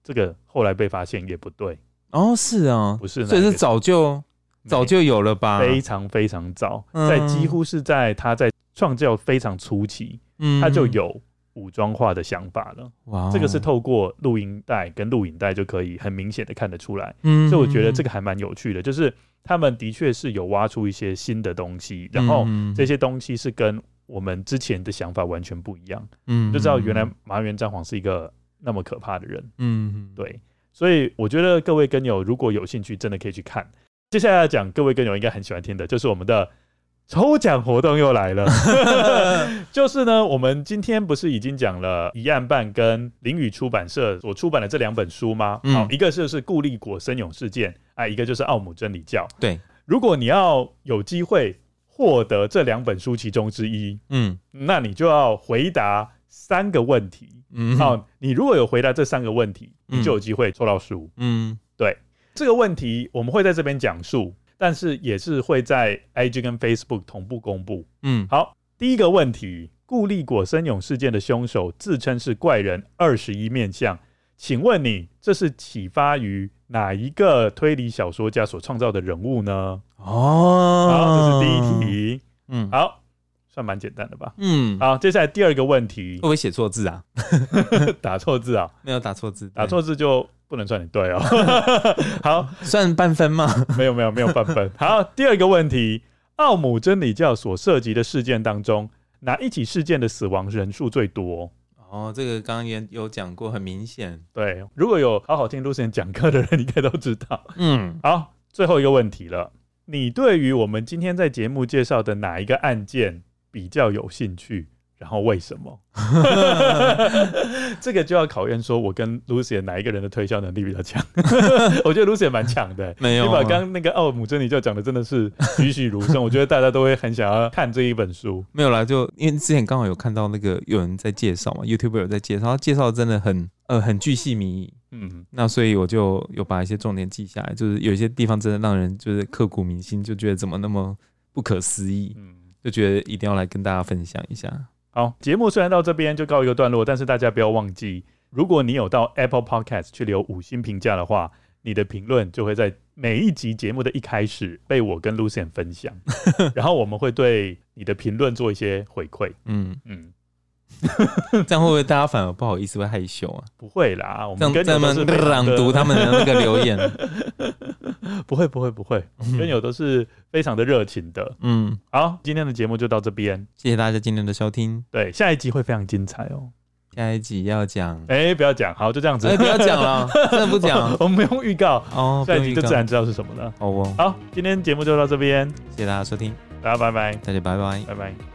Speaker 1: 这个后来被发现也不对，
Speaker 2: 哦是啊，
Speaker 1: 不是那个，
Speaker 2: 所以是早就早就有了吧？
Speaker 1: 非常非常早，
Speaker 2: 嗯
Speaker 1: 在几乎是在他在创教非常初期，
Speaker 2: 嗯
Speaker 1: 他就有武装化的想法了。
Speaker 2: 哇哦，
Speaker 1: 这个是透过录音带跟录影带就可以很明显的看得出来。
Speaker 2: 嗯，嗯
Speaker 1: 所以我觉得这个还蛮有趣的，就是他们的确是有挖出一些新的东西，然后
Speaker 2: 嗯
Speaker 1: 这些东西是跟我们之前的想法完全不一样，
Speaker 2: 嗯
Speaker 1: 就知道原来麻原彰晃是一个那么可怕的人。
Speaker 2: 嗯，
Speaker 1: 对，所以我觉得各位跟友如果有兴趣，真的可以去看。接下来要讲各位跟友应该很喜欢听的，就是我们的抽奖活动又来了。就是呢，我们今天不是已经讲了一案办跟林语出版社所出版的这两本书吗？好、
Speaker 2: 嗯
Speaker 1: 一个就是顾立果森永事件啊，一个就是奥姆真理教。
Speaker 2: 对，
Speaker 1: 如果你要有机会获得这两本书其中之一，
Speaker 2: 嗯
Speaker 1: 那你就要回答三个问题。
Speaker 2: 嗯，
Speaker 1: 好、你如果有回答这三个问题，你就有机会抽到书。
Speaker 2: 嗯
Speaker 1: 这个问题我们会在这边讲述，但是也是会在 IG 跟 Facebook 同步公布。
Speaker 2: 嗯
Speaker 1: 好，第一个问题：顾立果森永事件的凶手自称是怪人二十一面相，请问你这是启发于哪一个推理小说家所创造的人物呢？
Speaker 2: 哦，
Speaker 1: 好，这是第一，题。
Speaker 2: 嗯
Speaker 1: 好，算蛮简单的吧。
Speaker 2: 嗯，会
Speaker 1: 好，接下来第二个问题
Speaker 2: 不，会写错字啊？
Speaker 1: 打错字啊，
Speaker 2: 没有打错字，
Speaker 1: 打错字就不能算你 对哦。好，
Speaker 2: 对算半分吗？
Speaker 1: 没有没有没有半分。好，第二个问题，奥姆真理教所涉及的事件当中，哪一起事件的死亡人数最多？
Speaker 2: 哦，这个刚刚也有讲过，很明显，
Speaker 1: 对，如果有好好听 Lucian 讲课的人，应该都知道。
Speaker 2: 嗯
Speaker 1: 好，最后一个问题了，你对于我们今天在节目介绍的哪一个案件比较有兴趣？然后为什么？ 这个就要考验说，我跟 Lucian 哪一个人的推销能力比较强？ 我觉得 Lucian 蛮强的、
Speaker 2: 没有
Speaker 1: 你
Speaker 2: 啊
Speaker 1: 把刚刚那个奥姆真理教讲的真的是 栩栩如生，我觉得大家都会很想要看这一本书。
Speaker 2: 没有啦，就因为之前刚好有看到那个有人在介绍嘛，YouTube 有在介绍，他介绍得真的很呃很巨细靡遗，
Speaker 1: 嗯，
Speaker 2: 那所以我就有把一些重点记下来，就是有一些地方真的让人就是刻骨铭心，就觉得怎么那么不可思议，
Speaker 1: 嗯，
Speaker 2: 就觉得一定要来跟大家分享一下。
Speaker 1: 好，节目虽然到这边就告一个段落，但是大家不要忘记，如果你有到 Apple Podcast 去留五星评价的话，你的评论就会在每一集节目的一开始被我跟 Lucian 分享，然后我们会对你的评论做一些回馈。
Speaker 2: 嗯，
Speaker 1: 嗯，
Speaker 2: 这样会不会大家反而不好意思，会害羞啊？
Speaker 1: 不会啦，我
Speaker 2: 这样
Speaker 1: 们跟
Speaker 2: 他
Speaker 1: 你
Speaker 2: 们
Speaker 1: 们是非常
Speaker 2: 朗
Speaker 1: 的
Speaker 2: 读他们的那个留言，
Speaker 1: 不会不 会不会，我们跟友都是非常的热情的。
Speaker 2: 嗯，
Speaker 1: 好，今天的节目就到这边。
Speaker 2: 谢谢大家今天的收听，
Speaker 1: 对，下一集会非常精彩哦。
Speaker 2: 下一集要讲，
Speaker 1: 哎、不要讲，好，就这样子。
Speaker 2: 嗯哎，不要讲了，真的不讲
Speaker 1: 我们不用预告，
Speaker 2: 哦，
Speaker 1: 下一集
Speaker 2: 不
Speaker 1: 就
Speaker 2: 用预告
Speaker 1: 自然知道是什么了。
Speaker 2: 好哦，
Speaker 1: 好，今天节目就到这边，
Speaker 2: 谢谢大家收听，
Speaker 1: 大家拜拜，
Speaker 2: 大家拜拜。
Speaker 1: 拜拜。